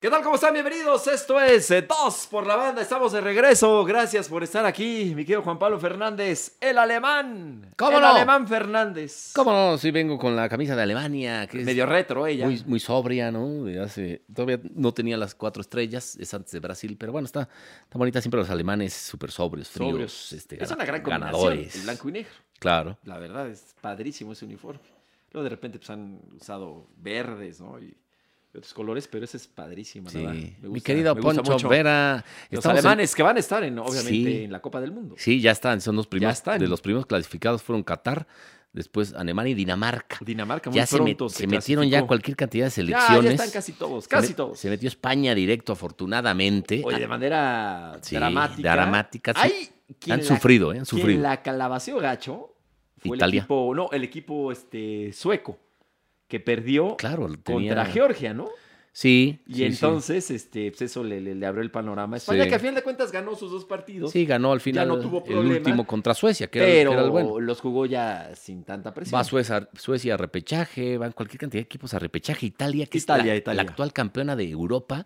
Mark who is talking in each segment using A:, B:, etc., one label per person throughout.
A: ¿Qué tal? ¿Cómo están? Bienvenidos. Esto es eh, Dos por la Banda. Estamos de regreso. Gracias por estar aquí, mi querido Juan Pablo Fernández, el alemán.
B: ¿Cómo
A: el
B: no?
A: alemán Fernández.
B: ¿Cómo no? Si vengo con la camisa de Alemania, que es
A: Medio retro ella.
B: muy, muy sobria, ¿no? De hace- todavía no tenía las cuatro estrellas, es antes de Brasil, pero bueno, está, está bonita siempre los alemanes, súper sobrios, fríos,
A: Sobrios.
B: Este,
A: es una gran combinación.
B: ganadores.
A: El blanco y negro.
B: Claro.
A: La verdad es padrísimo ese uniforme. Luego de repente pues, han usado verdes, ¿no? Y, y otros colores, pero ese es padrísimo. la
B: Sí.
A: verdad. Me
B: Mi
A: gusta,
B: querido
A: me gusta
B: Poncho
A: mucho.
B: Vera.
A: Los
B: estamos en-
A: alemanes que van a estar, en, obviamente,
B: Sí.
A: en la Copa del Mundo.
B: Sí, ya están, son los primeros.
A: están.
B: De los primeros clasificados fueron Qatar, después Alemania y Dinamarca.
A: Dinamarca muy
B: Ya se,
A: pronto
B: met- se metieron ya
A: clasificó.
B: cualquier cantidad de
A: Ya,
B: selecciones.
A: ya están casi todos, casi
B: se met-
A: todos.
B: Se metió España directo, afortunadamente.
A: Oye, de manera
B: Ah, Sí,
A: dramática.
B: dramática, sí.
A: Hay quien
B: han
A: la-
B: sufrido, ¿eh? Han
A: quien
B: sufrido.
A: la calabació gacho fue
B: Italia.
A: el equipo, no, el equipo este, sueco que perdió
B: Claro,
A: contra
B: tenía-
A: Georgia, ¿no?
B: Sí.
A: Y
B: sí, sí.
A: entonces, este, pues eso le, le- le abrió el panorama a España,
B: Sí.
A: que a final de cuentas ganó sus dos partidos,
B: Sí, ganó al final
A: no tuvo
B: el
A: problema,
B: último contra Suecia, que, era, el-
A: pero
B: que era el bueno.
A: los jugó ya sin tanta presión.
B: Va Suecia, Suecia a repechaje, van cualquier cantidad de equipos a repechaje. Italia, que es
A: Italia,
B: la,
A: Italia.
B: la actual campeona de Europa,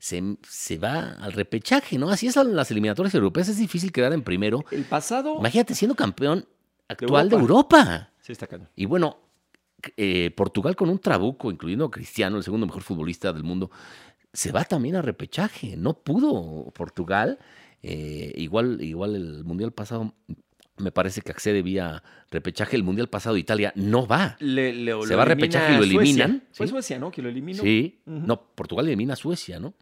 B: se, se va al repechaje, ¿no? Así es en las eliminatorias europeas, es difícil quedar en primero.
A: El pasado
B: Imagínate siendo campeón actual de
A: Europa.
B: Europa.
A: sí está cañón.
B: Y bueno, eh, Portugal con un trabuco, incluyendo a Cristiano, el segundo mejor futbolista del mundo, se va también a repechaje. No pudo Portugal. Eh, igual, igual el Mundial pasado me parece que accede vía repechaje. El Mundial pasado de Italia no va.
A: Le- le- lo
B: Se va a
A: elimina
B: repechaje y lo
A: Suecia.
B: eliminan,
A: Fue
B: ¿sí?
A: Suecia, ¿no? Que lo eliminó.
B: Sí.
A: Ujú.
B: No, Portugal elimina a Suecia, ¿no?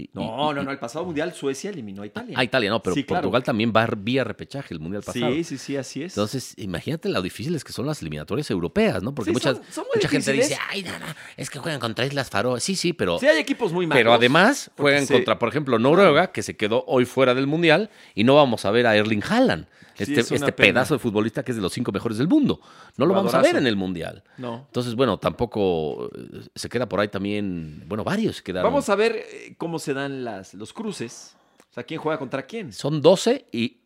B: Y-
A: No,
B: y-
A: no, no, el pasado mundial Suecia eliminó a Italia.
B: Ah, Italia no, pero
A: Sí, claro.
B: Portugal también va vía repechaje el Mundial pasado.
A: Sí, sí, sí, así es.
B: Entonces, imagínate lo difíciles que son las eliminatorias europeas, ¿no? Porque
A: Sí,
B: muchas,
A: son- son muy
B: mucha gente dice,
A: difíciles.
B: ay, no, no, es que juegan contra Islas Faroe. Sí, sí, pero
A: sí, hay equipos muy malos.
B: Pero además
A: porque
B: juegan
A: se-
B: contra, por ejemplo, Noruega, que se quedó hoy fuera del Mundial, y no vamos a ver a Erling Haaland,
A: Sí,
B: este,
A: es una
B: este
A: pena.
B: pedazo de futbolista que es de los cinco mejores del mundo. No lo vamos a
A: Jugadorazo.
B: ver en el Mundial.
A: No.
B: Entonces, bueno, tampoco eh, se queda por ahí también, bueno, varios se quedaron.
A: Vamos a ver eh, cómo se dan las, los cruces. O sea, quién juega contra quién.
B: Son 12 y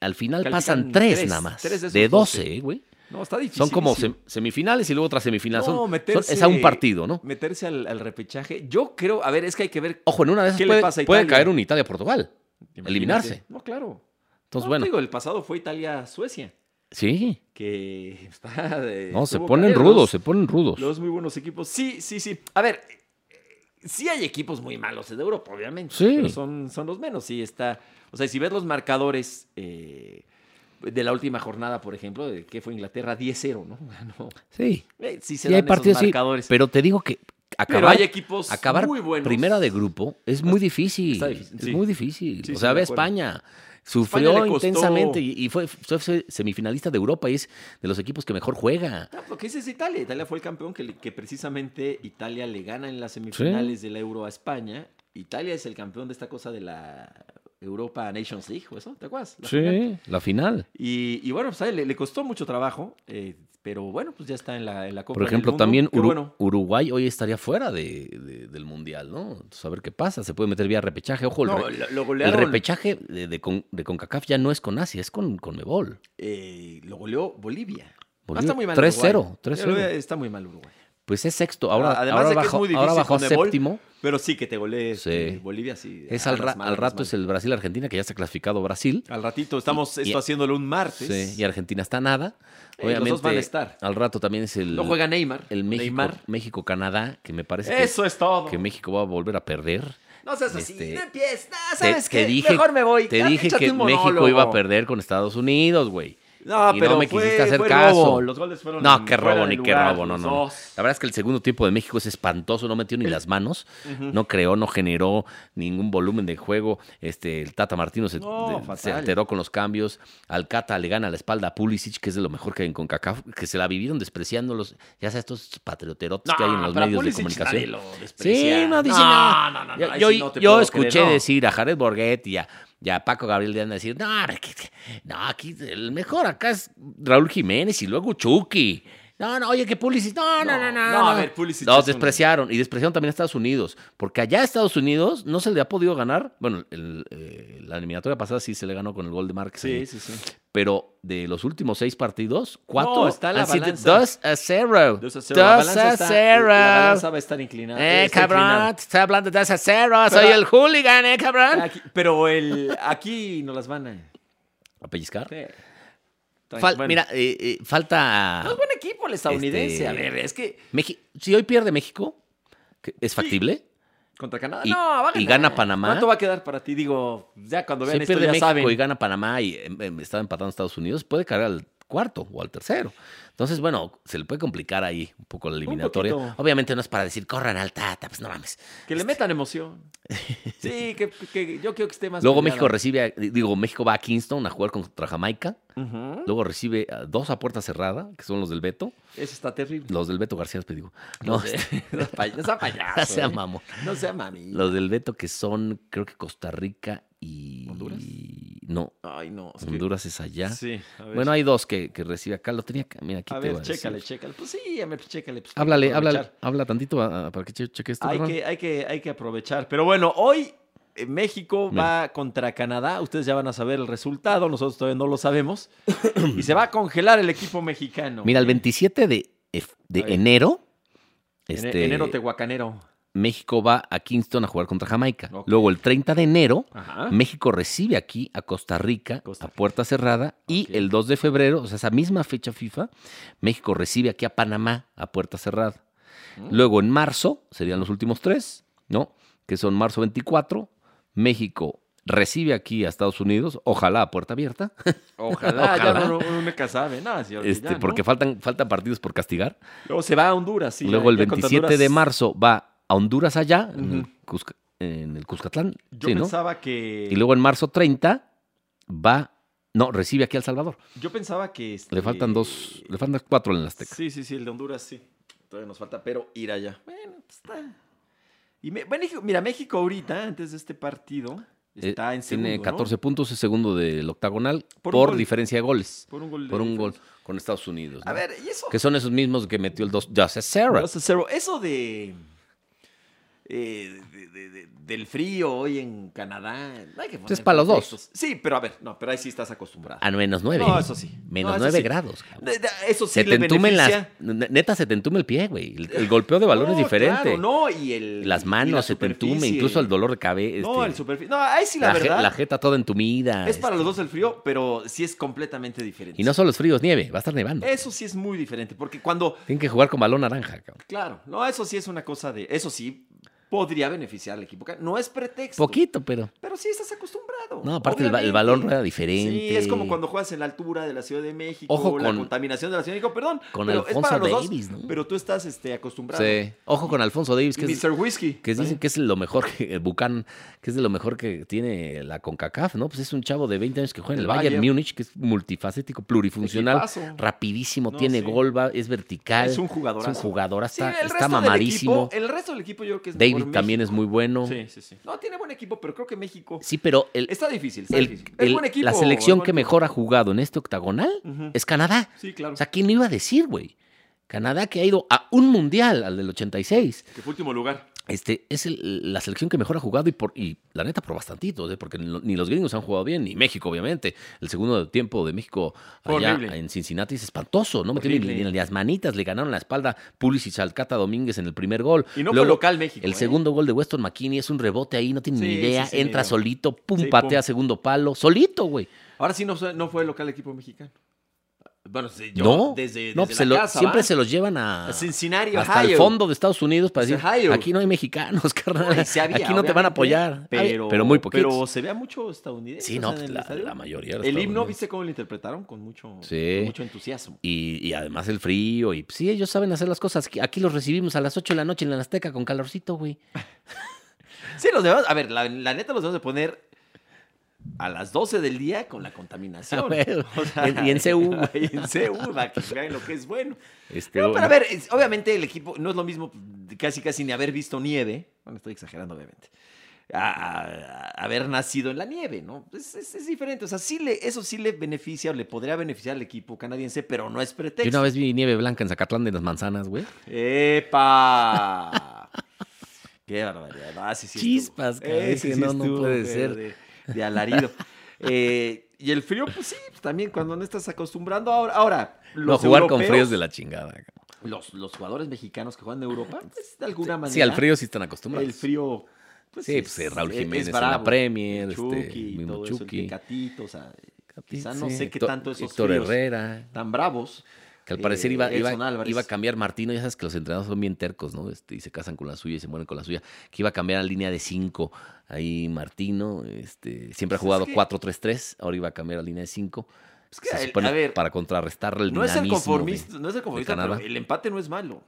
B: al final
A: Califican
B: pasan tres,
A: tres,
B: nada más.
A: tres de
B: de,
A: esos
B: 12, eh, güey.
A: No, está difícil.
B: Son como sem- semifinales y luego otra semifinal. Son-
A: No,
B: son-
A: meterse-
B: es a un partido, ¿no?
A: Meterse al, al repechaje. Yo creo, a ver, es que hay que ver.
B: Ojo, en una de esas
A: ¿Qué le
B: puede,
A: pasa a
B: puede
A: Italia?
B: caer un Italia-Portugal. Eliminarse.
A: No, claro.
B: Entonces,
A: No,
B: bueno,
A: digo, el pasado fue Italia-Suecia.
B: sí.
A: Que está de.
B: No, se
A: eh, estuvo
B: ponen
A: cañón, los-
B: rudos, se ponen rudos.
A: Los muy buenos equipos. Sí, sí, sí. A ver, eh, sí hay equipos muy malos de Europa, obviamente.
B: Sí.
A: Pero son, son los menos. Sí, está. O sea, si ves los marcadores eh, de la última jornada, por ejemplo, de que fue Inglaterra 10-0, ¿no? Ganó.
B: Sí.
A: Eh, sí, se
B: Sí, hay
A: dan esos
B: partidos, sí.
A: marcadores.
B: Pero te digo que
A: Pero
B: acabar,
A: hay equipos
B: acabar
A: muy buenos.
B: primera de grupo es muy difícil.
A: Está difícil,
B: es
A: sí.
B: muy difícil.
A: Sí,
B: o
A: sí,
B: sea,
A: de
B: ve a
A: acuerdo.
B: España. Sufrió
A: le costó-
B: intensamente y, y fue, fue- fue semifinalista de Europa y es de los equipos que mejor juega.
A: No, Ah, lo que dices es Italia. Italia fue el campeón que, le- que precisamente Italia le gana en las semifinales del Euro a España. Italia es el campeón de esta cosa de la Europa Nations League, ¿o eso? ¿Te acuerdas? La final.
B: la final.
A: Y, y bueno, pues a él le, le costó mucho trabajo, eh, pero bueno, pues ya está en la, en la Copa.
B: Por
A: del
B: ejemplo,
A: Mundo.
B: también
A: Qué
B: Uru-
A: bueno.
B: Uruguay hoy estaría fuera de- de- del Mundial, ¿no? Entonces, a ver qué pasa. Se puede meter vía repechaje. Ojo, el,
A: No,
B: re-
A: lo, lo
B: el
A: golearon.
B: repechaje de, de con- de CONCACAF ya no es con Asia, es con, con Mebol.
A: eh, lo goleó Bolivia. Ah,
B: Bolivia,
A: está muy mal.
B: 3-0,
A: Uruguay.
B: 3-0.
A: Eh, Está muy mal Uruguay.
B: Pues es sexto. Ahora,
A: Ah, Además
B: ahora
A: de que es
B: bajó,
A: muy
B: ahora
A: difícil
B: bajó a
A: con Mebol,
B: séptimo.
A: Pero sí que te golee este,
B: Sí.
A: Bolivia, sí.
B: Es al, ra-
A: andas mal,
B: al
A: andas
B: rato
A: mal.
B: es el Brasil-Argentina, que ya está clasificado Brasil.
A: Al ratito, estamos
B: Y- y-
A: esto haciéndolo un martes.
B: Sí, y Argentina está nada.
A: Eh, los dos van a estar.
B: Al rato también es el,
A: no juega Neymar.
B: el México-
A: Neymar.
B: México-Canadá, que me parece que-
A: Eso es todo.
B: que, México va a volver a perder.
A: no seas así,
B: este,
A: no empieces. No,
B: te-
A: ¿sabes
B: te
A: qué?
B: dije-
A: Mejor me voy.
B: Te
A: Ah,
B: dije
A: échate
B: que
A: un
B: México
A: monólogo.
B: iba a perder con Estados Unidos, güey.
A: No,
B: y no
A: pero
B: me
A: fue-
B: quisiste hacer
A: fue
B: caso.
A: robo, Los goles fueron
B: No, qué
A: fuera
B: robo,
A: de
B: ni qué
A: lugar,
B: robo, no,
A: los
B: no, no.
A: dos.
B: La verdad es que el segundo tiempo de México es espantoso, no metió ni las manos,
A: Ujú.
B: no creó, no generó ningún volumen de juego. Este, el Tata Martino se,
A: No,
B: de- se
A: fatal.
B: alteró con los cambios. Alcata le gana la espalda a Pulisic, que es de lo mejor que hay en CONCACAF, que se la vivieron despreciándolos, ya sea estos patrioterotes que hay en los
A: pero a
B: medios
A: Pulisic
B: de
A: nadie
B: comunicación.
A: lo desprecia.
B: Sí, no dice
A: no,
B: nada.
A: No, no, no,
B: Yo-
A: ahí
B: yo
A: sí no te
B: yo
A: puedo
B: escuché
A: creer, no.
B: decir a Jared Borghetti y a, y a Paco Gabriel de Anda decir, no, hombre, que- que- no, aquí el mejor acá es Raúl Jiménez y luego Chucky. No, no, oye, que Pulisic, no, no, no, no.
A: No, a ver, Pulisic es
B: Los
A: un-
B: despreciaron y despreciaron también a Estados Unidos, porque allá a Estados Unidos no se le ha podido ganar. Bueno, el- eh, la eliminatoria pasada sí se le ganó con el gol de Márquez.
A: Sí, sí, sí.
B: pero de los últimos seis partidos, cuatro
A: No, está la
B: han sido
A: balanza.
B: dos a cero.
A: Dos a cero. La balanza está- la balanza va a estar inclinada.
B: Eh,
A: está
B: cabrón,
A: inclinada.
B: te estoy hablando de dos a cero. Soy
A: Pero- Ah,
B: el hooligan, eh, cabrón.
A: Aquí- pero el, aquí no las van a.
B: ¿A pellizcar?
A: Sí.
B: Fal-
A: Bueno,
B: Mira, eh, eh, falta.
A: No es buen equipo el estadounidense.
B: Este-
A: A ver, es que.
B: Meji- si hoy pierde México, que ¿es factible?
A: Contra Canadá.
B: Y-
A: no, va a
B: y
A: ganar.
B: gana Panamá.
A: ¿Cuánto va a quedar para ti? Digo, ya cuando
B: Si
A: vean
B: hoy
A: esto
B: pierde
A: ya
B: México
A: saben.
B: y gana Panamá y em, em, está empatando Estados Unidos, puede cargar al cuarto o al tercero. Entonces, bueno, se le puede complicar ahí un poco la eliminatoria.
A: poquito.
B: Obviamente no es para decir, corran al Tata, pues no mames.
A: Que le metan emoción. Sí, que, que yo quiero que esté más.
B: Luego México
A: peleado.
B: recibe, a- digo, México va a Kingston a jugar contra Jamaica.
A: Ujú.
B: Luego recibe a dos a puerta cerrada, que son los del Beto.
A: Eso está terrible.
B: Los del Beto García, te digo.
A: No,
B: No, este,
A: sé. no pa- no sea payaso.
B: ya sea
A: eh.
B: mamón.
A: No sea mami.
B: Los del Beto que son, creo que Costa Rica y...
A: ¿Honduras?
B: No,
A: Ay, no. es que-
B: Honduras es allá.
A: Sí, a ver.
B: Bueno, hay dos que, que recibe acá. Lo tenía acá. Mira, aquí
A: a
B: te
A: ver,
B: iba a decir.
A: chécale, chécale. Pues sí, a ver, chécale. pues,
B: Háblale,
A: para
B: háblale,
A: aprovechar.
B: habla tantito ah, para que che- cheque esto.
A: Hay
B: carnal.
A: que, hay, que, hay que aprovechar. Pero bueno, hoy eh, México va contra Canadá. Ustedes ya van a saber el resultado. Nosotros todavía no lo sabemos. y se va a congelar el equipo mexicano.
B: Mira, el 27 de, ef- de
A: A ver.
B: enero,
A: Ene-
B: este,
A: Enero tehuacanero.
B: México va a Kingston a jugar contra Jamaica.
A: Ok.
B: Luego, el 30 de enero,
A: Ajá.
B: México recibe aquí a Costa Rica
A: Ah. Costa
B: a puerta cerrada.
A: Ok.
B: Y el 2 de febrero, o sea, esa misma fecha FIFA, México recibe aquí a Panamá a puerta cerrada.
A: Mm.
B: Luego en marzo, serían los últimos tres, ¿no? Que son marzo 24, México recibe aquí a Estados Unidos, ojalá a puerta abierta,
A: Ojalá,
B: Ojalá.
A: ya no, uno nunca sabe. No, sí, ahorita
B: este,
A: ya, ¿no?
B: porque faltan, faltan partidos por castigar.
A: Luego se va a Honduras. sí,
B: Luego el
A: ya contra
B: 27 de
A: Honduras.
B: marzo va a Honduras allá, en, el
A: Ujú.
B: Cusca- en el Cuscatlán.
A: Yo
B: sí, ¿no?
A: pensaba que.
B: Y luego en marzo 30 va, no, recibe aquí a El Salvador.
A: Yo pensaba que. este,
B: Le faltan dos, le faltan cuatro en el Azteca.
A: Sí, sí, sí, el de Honduras sí. Todavía nos falta, pero ir allá. Bueno, pues está. Y me- bueno, México- mira, México ahorita, antes de este partido,
B: Eh,
A: está en segundo,
B: Tiene
A: ¿no?
B: 14 puntos, es segundo del octagonal,
A: Por
B: por,
A: un gol.
B: diferencia de goles.
A: Por un gol. de
B: Por un gol
A: diferencia.
B: con Estados Unidos.
A: A
B: ¿no?
A: ver, y eso.
B: Que son esos mismos que metió el 2 Just Sarah.
A: Dos a cero. Eso de. eh, de- de- de- del frío hoy en Canadá. no hay que poner
B: para los dos. Ah,
A: pretextos. Sí, pero a ver, no, pero ahí sí estás acostumbrado.
B: A menos 9.
A: No, eso sí.
B: Menos
A: No, eso
B: 9
A: sí.
B: grados. cabrón.
A: De- de- Eso sí
B: se te
A: le
B: entumen las.
A: beneficia.
B: ne- Neta, se te entume el pie, güey. El, el golpeo de balón es
A: No,
B: diferente.
A: claro, no, y el,
B: Las
A: y la
B: manos se te entume,
A: superficie.
B: incluso el dolor de cabeza.
A: No, el
B: este,
A: superficie. No, ahí sí la,
B: la, je-
A: verdad.
B: la jeta toda entumida.
A: Es para
B: este,
A: los dos el frío, pero sí es completamente diferente.
B: Y no solo es frío, es nieve. Va a estar nevando.
A: Eso sí es muy diferente, porque cuando,
B: Tienen que jugar con balón naranja, cabrón.
A: claro, no, eso sí es una cosa de, eso sí podría beneficiar al equipo. No es pretexto.
B: Poquito, pero.
A: Pero sí estás acostumbrado.
B: No, aparte el, ba- el
A: obviamente.
B: balón rueda diferente.
A: Sí, es como cuando juegas en la altura de la Ciudad de México,
B: Ojo
A: la
B: con-
A: contaminación de la Ciudad de México, perdón.
B: con
A: pero es para
B: Alfonso
A: los dos,
B: Davis, ¿no?
A: Pero tú estás este, acostumbrado.
B: Sí. Ojo con Alfonso Davis,
A: Y
B: que es,
A: Mr. Whiskey.
B: que dicen que es lo mejor que Bucan, que es de lo mejor que tiene la CONCACAF, ¿no? Pues es un chavo de 20 años que juega en el
A: El
B: Bayern,
A: Bayern.
B: Múnich, que es multifacético, plurifuncional,
A: Equipazo.
B: rapidísimo,
A: No,
B: tiene
A: sí.
B: gol, va- es vertical,
A: Es un
B: es un
A: jugadorazo.
B: jugador,
A: Sí,
B: está,
A: el
B: está
A: resto del
B: mamadísimo.
A: equipo- el resto del equipo yo creo que es
B: David
A: mejor
B: también es muy bueno. Sí,
A: México. Sí, sí, sí. No, tiene buen equipo, pero creo que México
B: pero el,
A: Está difícil, está
B: el-
A: difícil.
B: el-
A: es buen equipo.
B: la selección
A: es
B: que
A: buen
B: mejor ha jugado en este octagonal
A: equipo. Ujú.
B: es Canadá.
A: Sí, claro.
B: O sea, ¿quién lo iba a decir, güey? Canadá que ha ido a un mundial, al del 86.
A: que fue último lugar.
B: Este, es el- la selección que mejor ha jugado y, por, y la neta por bastantito, ¿eh? porque lo- ni los gringos han jugado bien, ni México, obviamente. El segundo tiempo de México
A: Fue
B: allá
A: horrible.
B: en Cincinnati es espantoso, ¿no? Metieron
A: Horrible.
B: ni- ni las manitas, le ganaron la espalda Pulisic al Cata Domínguez en el primer gol.
A: Y no fue
B: Luego,
A: local México.
B: El
A: ¿eh?
B: segundo gol de Weston McKinney es un rebote ahí, no tiene ni
A: Sí,
B: idea.
A: sí, sí,
B: Entra
A: mira.
B: solito, pum,
A: Sí, pum.
B: patea segundo palo, solito, güey.
A: Ahora sí no, fue- no fue local equipo mexicano. Bueno, sí, yo
B: No,
A: desde,
B: no,
A: desde la
B: pues se lo-
A: casa,
B: siempre
A: ¿va?
B: se los llevan a,
A: A Cincinnati,
B: hasta
A: Ohio.
B: el fondo de Estados Unidos para
A: Pues,
B: decir,
A: Ohio.
B: aquí no hay mexicanos, carnal.
A: Ay, sí había,
B: aquí no te van a apoyar.
A: obviamente,
B: Pero, pero muy poquitos.
A: Pero se vea mucho estadounidense.
B: sí,
A: o
B: no,
A: sea, en
B: pues,
A: el
B: la,
A: estadio.
B: la mayoría.
A: El
B: de los
A: himno,
B: estadounidenses.
A: ¿viste cómo lo interpretaron? Con mucho,
B: Sí.
A: con mucho entusiasmo.
B: Y, y además el frío. Y pues, sí, ellos saben hacer las cosas. Aquí- Aquí los recibimos a las 8 de la noche en la Azteca con calorcito, güey.
A: Sí, los demás, a ver, la, la neta los debemos de poner a las 12 del día con la contaminación.
B: A huevo.
A: O sea,
B: Y en- y en CU.
A: Y en CU, va, que vean lo que es bueno.
B: Este,
A: No, pero
B: bueno,
A: a ver, es- obviamente el equipo no es lo mismo casi casi ni haber visto nieve. Bueno, estoy exagerando, obviamente. A, a- a haber nacido en la nieve, ¿no? Es, es- es diferente. O sea, sí le, eso sí le beneficia o le podría beneficiar al equipo canadiense, pero no es pretexto.
B: Yo una vez vi nieve blanca en Zacatlán de las manzanas, güey.
A: ¡Epa! ¡Qué barbaridad! Ah, sí, sí estuvo.
B: Chispas, cabrón,
A: Ese
B: dije, no, no
A: estuvo,
B: puede
A: pero
B: ser.
A: De, de alarido. Eh, Y el frío, pues sí, pues, también cuando no estás acostumbrando. Ahora, ahora
B: No,
A: los
B: jugar con
A: europeos,
B: fríos de la chingada. cabrón.
A: Los, los jugadores mexicanos que juegan en Europa, pues, de alguna manera.
B: Sí, al frío sí están acostumbrados.
A: El frío. Pues,
B: Sí,
A: es-
B: pues, eh, Raúl
A: es-
B: Jiménez
A: es
B: en la
A: bravo.
B: Premier,
A: El
B: este,
A: Chucky y
B: mismo
A: todo eso, el
B: Chucky.
A: Tecatito, o sea,
B: Capit,
A: quizá no
B: sí.
A: sé qué
B: Hector-
A: tanto esos
B: Héctor
A: fríos
B: Herrera.
A: tan bravos.
B: Que al
A: eh,
B: parecer iba, iba,
A: Edson Álvarez.
B: iba a cambiar Martino, ya sabes que los entrenadores son bien tercos, ¿no? Este, y se casan con la suya y se mueren con la suya. Que iba a cambiar a línea de 5 ahí Martino. Este, siempre
A: Pues
B: ha
A: es
B: jugado
A: que-
B: 4-3-3, ahora iba a cambiar a línea de 5.
A: Es Pues que,
B: se
A: el-
B: supone
A: a ver,
B: para contrarrestar el
A: no es el
B: dinamismo de-
A: conformista, no es el conformista pero
B: Canadá.
A: el empate no es malo.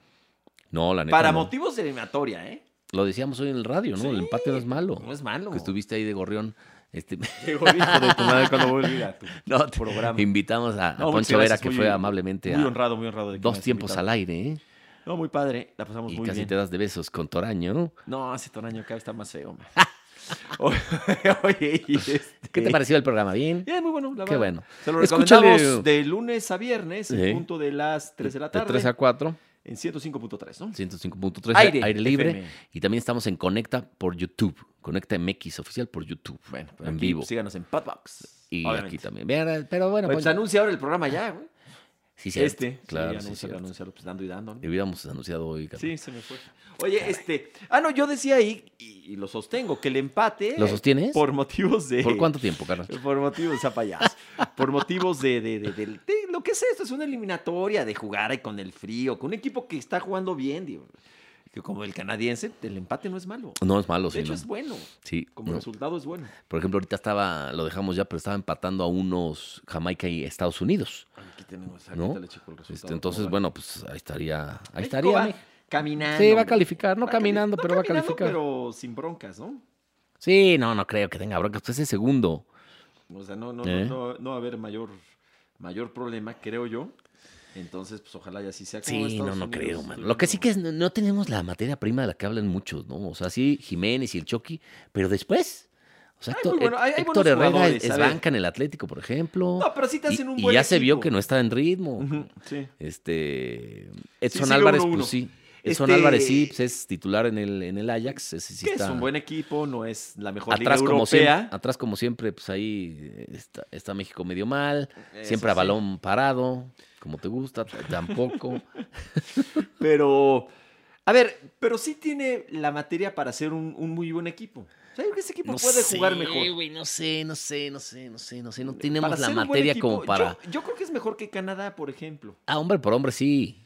B: No, la neta.
A: Para
B: no.
A: motivos de eliminatoria, ¿eh?
B: Lo decíamos hoy en el radio, ¿no? el
A: Sí,
B: empate no es malo.
A: No es malo.
B: Que estuviste ahí de gorrión. Este,
A: Digo, hijo de tu madre, cuando vuelva a tu
B: no, te-
A: programa.
B: invitamos a, a
A: No, muchas
B: Poncho Vera,
A: gracias,
B: que
A: muy-
B: fue amablemente
A: Muy
B: a
A: honrado, muy honrado. De que me
B: dos
A: hayas
B: tiempos
A: invitado.
B: al aire, ¿eh?
A: No, muy padre. La pasamos
B: Y
A: muy
B: casi
A: bien.
B: te das de besos con Toraño, ¿no?
A: No, hace todo un año cada vez está más feo. hombre. O- Oye, y este-
B: ¿Qué te pareció el programa? ¿Bien?
A: Bien, muy bueno, la
B: Qué
A: verdad.
B: bueno.
A: Se lo
B: Escúchale.
A: recomendamos de lunes a viernes, en
B: Sí.
A: punto de las 3 de la tarde,
B: 3 a 4,
A: en 105.3, ¿no?
B: 105.3, aire,
A: Aire,
B: libre.
A: FM.
B: Y también estamos en Conecta por YouTube. Conecta MX oficial por YouTube.
A: Bueno, pero
B: en
A: aquí,
B: vivo.
A: pues, síganos en Podbox.
B: y
A: obviamente.
B: aquí también. Vean, Pero bueno,
A: Oye,
B: pues,
A: pues anuncia ahora el programa ya, güey.
B: sí, cierto.
A: este.
B: Claro,
A: sí,
B: sí,
A: anuncia,
B: cierto.
A: pues dando y dando. ¿no?
B: Hubiéramos anunciado hoy. cabrón.
A: Sí, se me fue. Oye, este. Ah, no, yo decía ahí, y, y lo sostengo, que el empate.
B: ¿Lo sostienes?
A: Por motivos de.
B: ¿Por cuánto tiempo, Carlos?
A: Por motivos, a payaso. Por motivos de, de, de- de- de lo que es esto, es una eliminatoria de jugar ahí con el frío, con un equipo que está jugando bien, digo, que como el canadiense, el empate no es malo.
B: No es malo,
A: De
B: sí,
A: hecho,
B: ¿no?
A: es bueno.
B: Sí,
A: Como
B: no.
A: resultado es bueno.
B: Por ejemplo, ahorita estaba, lo dejamos ya, pero estaba empatando a unos Jamaica y Estados Unidos.
A: Aquí tenemos,
B: ¿No?
A: ahorita le checo el resultado,
B: Este, entonces,
A: ¿cómo va?
B: bueno, pues ahí estaría. Ahí
A: México
B: estaría.
A: va
B: México.
A: Caminando.
B: Sí, va a
A: hombre.
B: calificar, no
A: Va
B: caminando, pero va a
A: caminando,
B: calificar.
A: Pero sin broncas, ¿no?
B: Sí, no, no creo que tenga bronca. Usted es el segundo.
A: O sea, no, no,
B: ¿Eh?
A: no, no- no va a haber mayor, mayor problema, creo yo. Entonces, pues ojalá y así sea. como
B: Sí, no,
A: Estados
B: no
A: Unidos,
B: creo,
A: estoy
B: mano. Lo que sí
A: viendo-
B: que es, no, no tenemos la materia prima de la que hablan muchos, ¿no? O sea, sí, Jiménez y el Chucky, pero después. O sea,
A: Hay
B: Héctor-
A: muy bueno- hay- hay
B: Héctor
A: buenos
B: Herrera
A: jugadores,
B: es, es
A: a ver.
B: banca en el Atlético, por ejemplo.
A: No, pero sí te
B: Y-
A: hacen un
B: y,
A: buen
B: ya se vio
A: equipo.
B: que no estaba en ritmo.
A: Ujú, sí.
B: Este. Edson
A: sigue
B: Álvarez,
A: 1-1.
B: pues sí. Edson
A: Este-
B: Álvarez sí, pues, es titular en el, en el Ajax. Ese sí
A: Que
B: está
A: es un buen equipo, no es la mejor liga
B: atrás, como siempre,
A: europea.
B: atrás, como siempre, pues ahí eh, está, está México medio mal.
A: Eso
B: siempre a
A: Eh, sí.
B: balón parado, como te gusta, t- tampoco.
A: Pero, a ver, pero sí tiene la materia para ser un, un muy buen equipo. O sea, yo creo que ese equipo
B: No
A: puede
B: sé,
A: jugar mejor.
B: güey, no sé, no sé, no sé, no sé, no sé. No
A: Para
B: tenemos la
A: ser un buen
B: materia
A: equipo,
B: como
A: yo-
B: para.
A: Yo, creo que es mejor que Canadá, por ejemplo.
B: Ah, hombre por hombre, sí.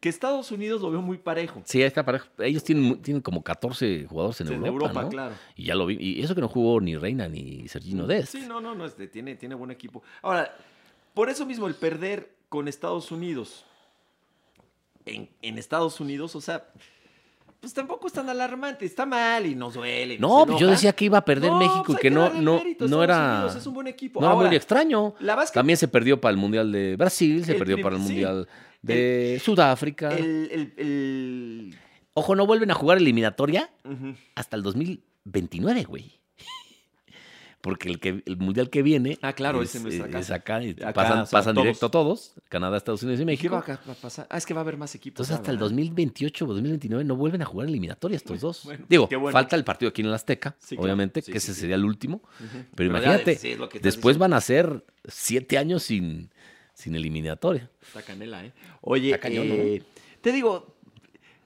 A: Que Estados Unidos lo veo muy parejo.
B: Sí, ahí está parejo. Ellos tienen, mu- tienen como 14 jugadores en
A: O sea,
B: Europa. ¿no?
A: claro.
B: Y ya lo vi. Y eso que no jugó ni Reina ni Sergino Dest.
A: Sí, no, no, no, este, tiene, tiene buen equipo. Ahora, por eso mismo el perder con Estados Unidos, en, en Estados Unidos, o sea, pues tampoco es tan alarmante, está mal y nos duele. y nos
B: No, pues yo
A: enoja.
B: decía que iba a perder
A: No,
B: México
A: pues
B: y
A: hay
B: que no,
A: darle
B: no,
A: mérito a
B: no
A: Estados
B: era,
A: Unidos, es un buen equipo.
B: no era muy
A: Ahora,
B: extraño.
A: la básquet-
B: También se perdió para el Mundial de Brasil, se
A: El
B: perdió
A: prim-
B: para el
A: sí.
B: Mundial de Sudáfrica.
A: el, el- el-
B: Ojo, no vuelven a jugar eliminatoria
A: ujú.
B: hasta el 2029, güey. Porque el, que, el mundial que viene.
A: Ah, claro, es en nuestra casa.
B: acá, y
A: Acá,
B: pasan,
A: o sea,
B: pasan
A: todos.
B: directo todos: Canadá, Estados Unidos y
A: ¿Y qué va
B: México.
A: a ca- a pasar? Ah, es que va a haber más equipos.
B: Entonces, hasta el
A: ¿verdad?
B: 2028 o 2029 no vuelven a jugar eliminatoria estos dos.
A: bueno,
B: Digo,
A: qué bueno.
B: falta el partido aquí en el Azteca,
A: Sí, claro.
B: obviamente,
A: Sí,
B: que
A: sí,
B: ese
A: sí.
B: sería el último.
A: Ujú.
B: Pero
A: ya,
B: imagínate,
A: sí, es lo que estás
B: Después
A: diciendo.
B: van a ser siete años sin, sin eliminatoria.
A: Está canela, ¿eh? Oye,
B: Está cañón,
A: eh, te digo,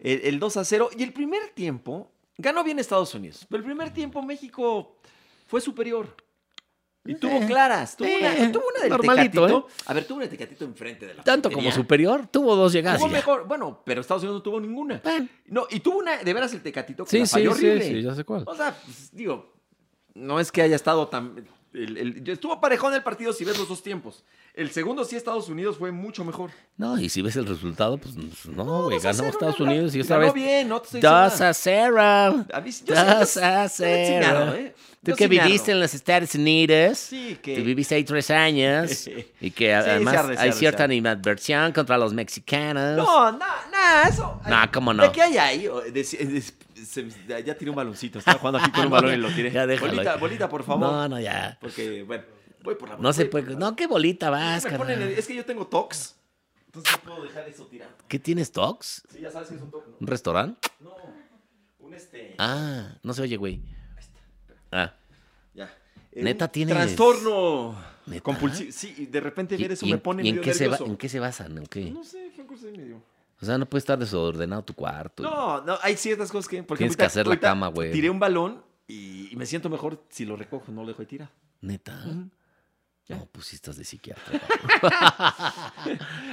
A: el, el 2 a 0 y el primer tiempo ganó bien Estados Unidos, pero el primer tiempo México fue superior. Y tuvo
B: Eh,
A: claras, tuvo,
B: eh,
A: una, tuvo una del
B: normalito, ¿eh?
A: Tecatito. A ver, tuvo una del Tecatito enfrente de la
B: Tanto como
A: portería.
B: superior, tuvo dos llegadas.
A: Tuvo
B: y ya.
A: mejor, bueno, pero Estados Unidos no tuvo ninguna.
B: Bueno,
A: No, y tuvo una, de veras, el Tecatito que
B: Ah. sí,
A: la
B: sí,
A: falló
B: sí,
A: horrible.
B: sí, ya sé cuál.
A: O sea, pues, digo, no es que haya estado tan... el- el- estuvo parejón el partido si ves los dos tiempos. El segundo sí Estados Unidos fue mucho mejor.
B: No, y si ves el resultado, pues no, güey,
A: Dos a
B: ganó
A: cero,
B: Estados
A: una-
B: Unidos y otra
A: ganó
B: vez.
A: bien, no te estoy diciendo
B: Dos
A: nada.
B: a cero.
A: A mí sí- yo sí- yo
B: Dos
A: sí-
B: a
A: yo sí narro,
B: cero.
A: ¿eh?
B: Tú
A: Yo
B: que
A: sí narro.
B: viviste en los Estados Unidos,
A: Sí,
B: tú
A: que...
B: viviste ahí tres años y que
A: Sí, se arde,
B: además
A: se
B: hay
A: arde,
B: cierta
A: se arde.
B: animadversión contra los mexicanos.
A: No, no, no, eso...
B: No, cómo no.
A: ¿De qué hay ahí? O- de- de- se- ya tiré un baloncito, estaba jugando aquí con un balón y lo tiré.
B: Ya déjalo.
A: bolita, bolita, por favor.
B: No, no, ya.
A: Porque, bueno, voy por la
B: No se
A: voy
B: puede.
A: por la-
B: No, qué bolita vas,
A: Me ponen
B: carnal.
A: el- Es que yo tengo tox, entonces no puedo dejar eso tirado.
B: ¿Qué tienes, Tox?
A: Sí, ya sabes que es un tox, ¿no?
B: ¿Un restaurante?
A: No, un este...
B: Ah, no se oye, güey. Ah,
A: Ya. Eh,
B: Neta,
A: un
B: tienes-
A: Trastorno
B: ¿Neta?
A: Compulsivo. Sí, y de repente
B: ¿Y,
A: ver eso
B: y
A: me
B: en-
A: pone
B: y en
A: medio
B: qué se ba-
A: nervioso.
B: en qué se basan? ¿En qué?
A: No sé, fue un curso de medio.
B: O sea, no puede estar desordenado tu cuarto. y-
A: No, no, hay ciertas cosas que. Porque
B: Tienes que hacer la cama, güey.
A: Tiré un balón y, y me siento mejor si lo recojo, no lo dejo de tirar.
B: Neta.
A: Ujú. Ya.
B: No, pues sí estás de psiquiatra.
A: Ah,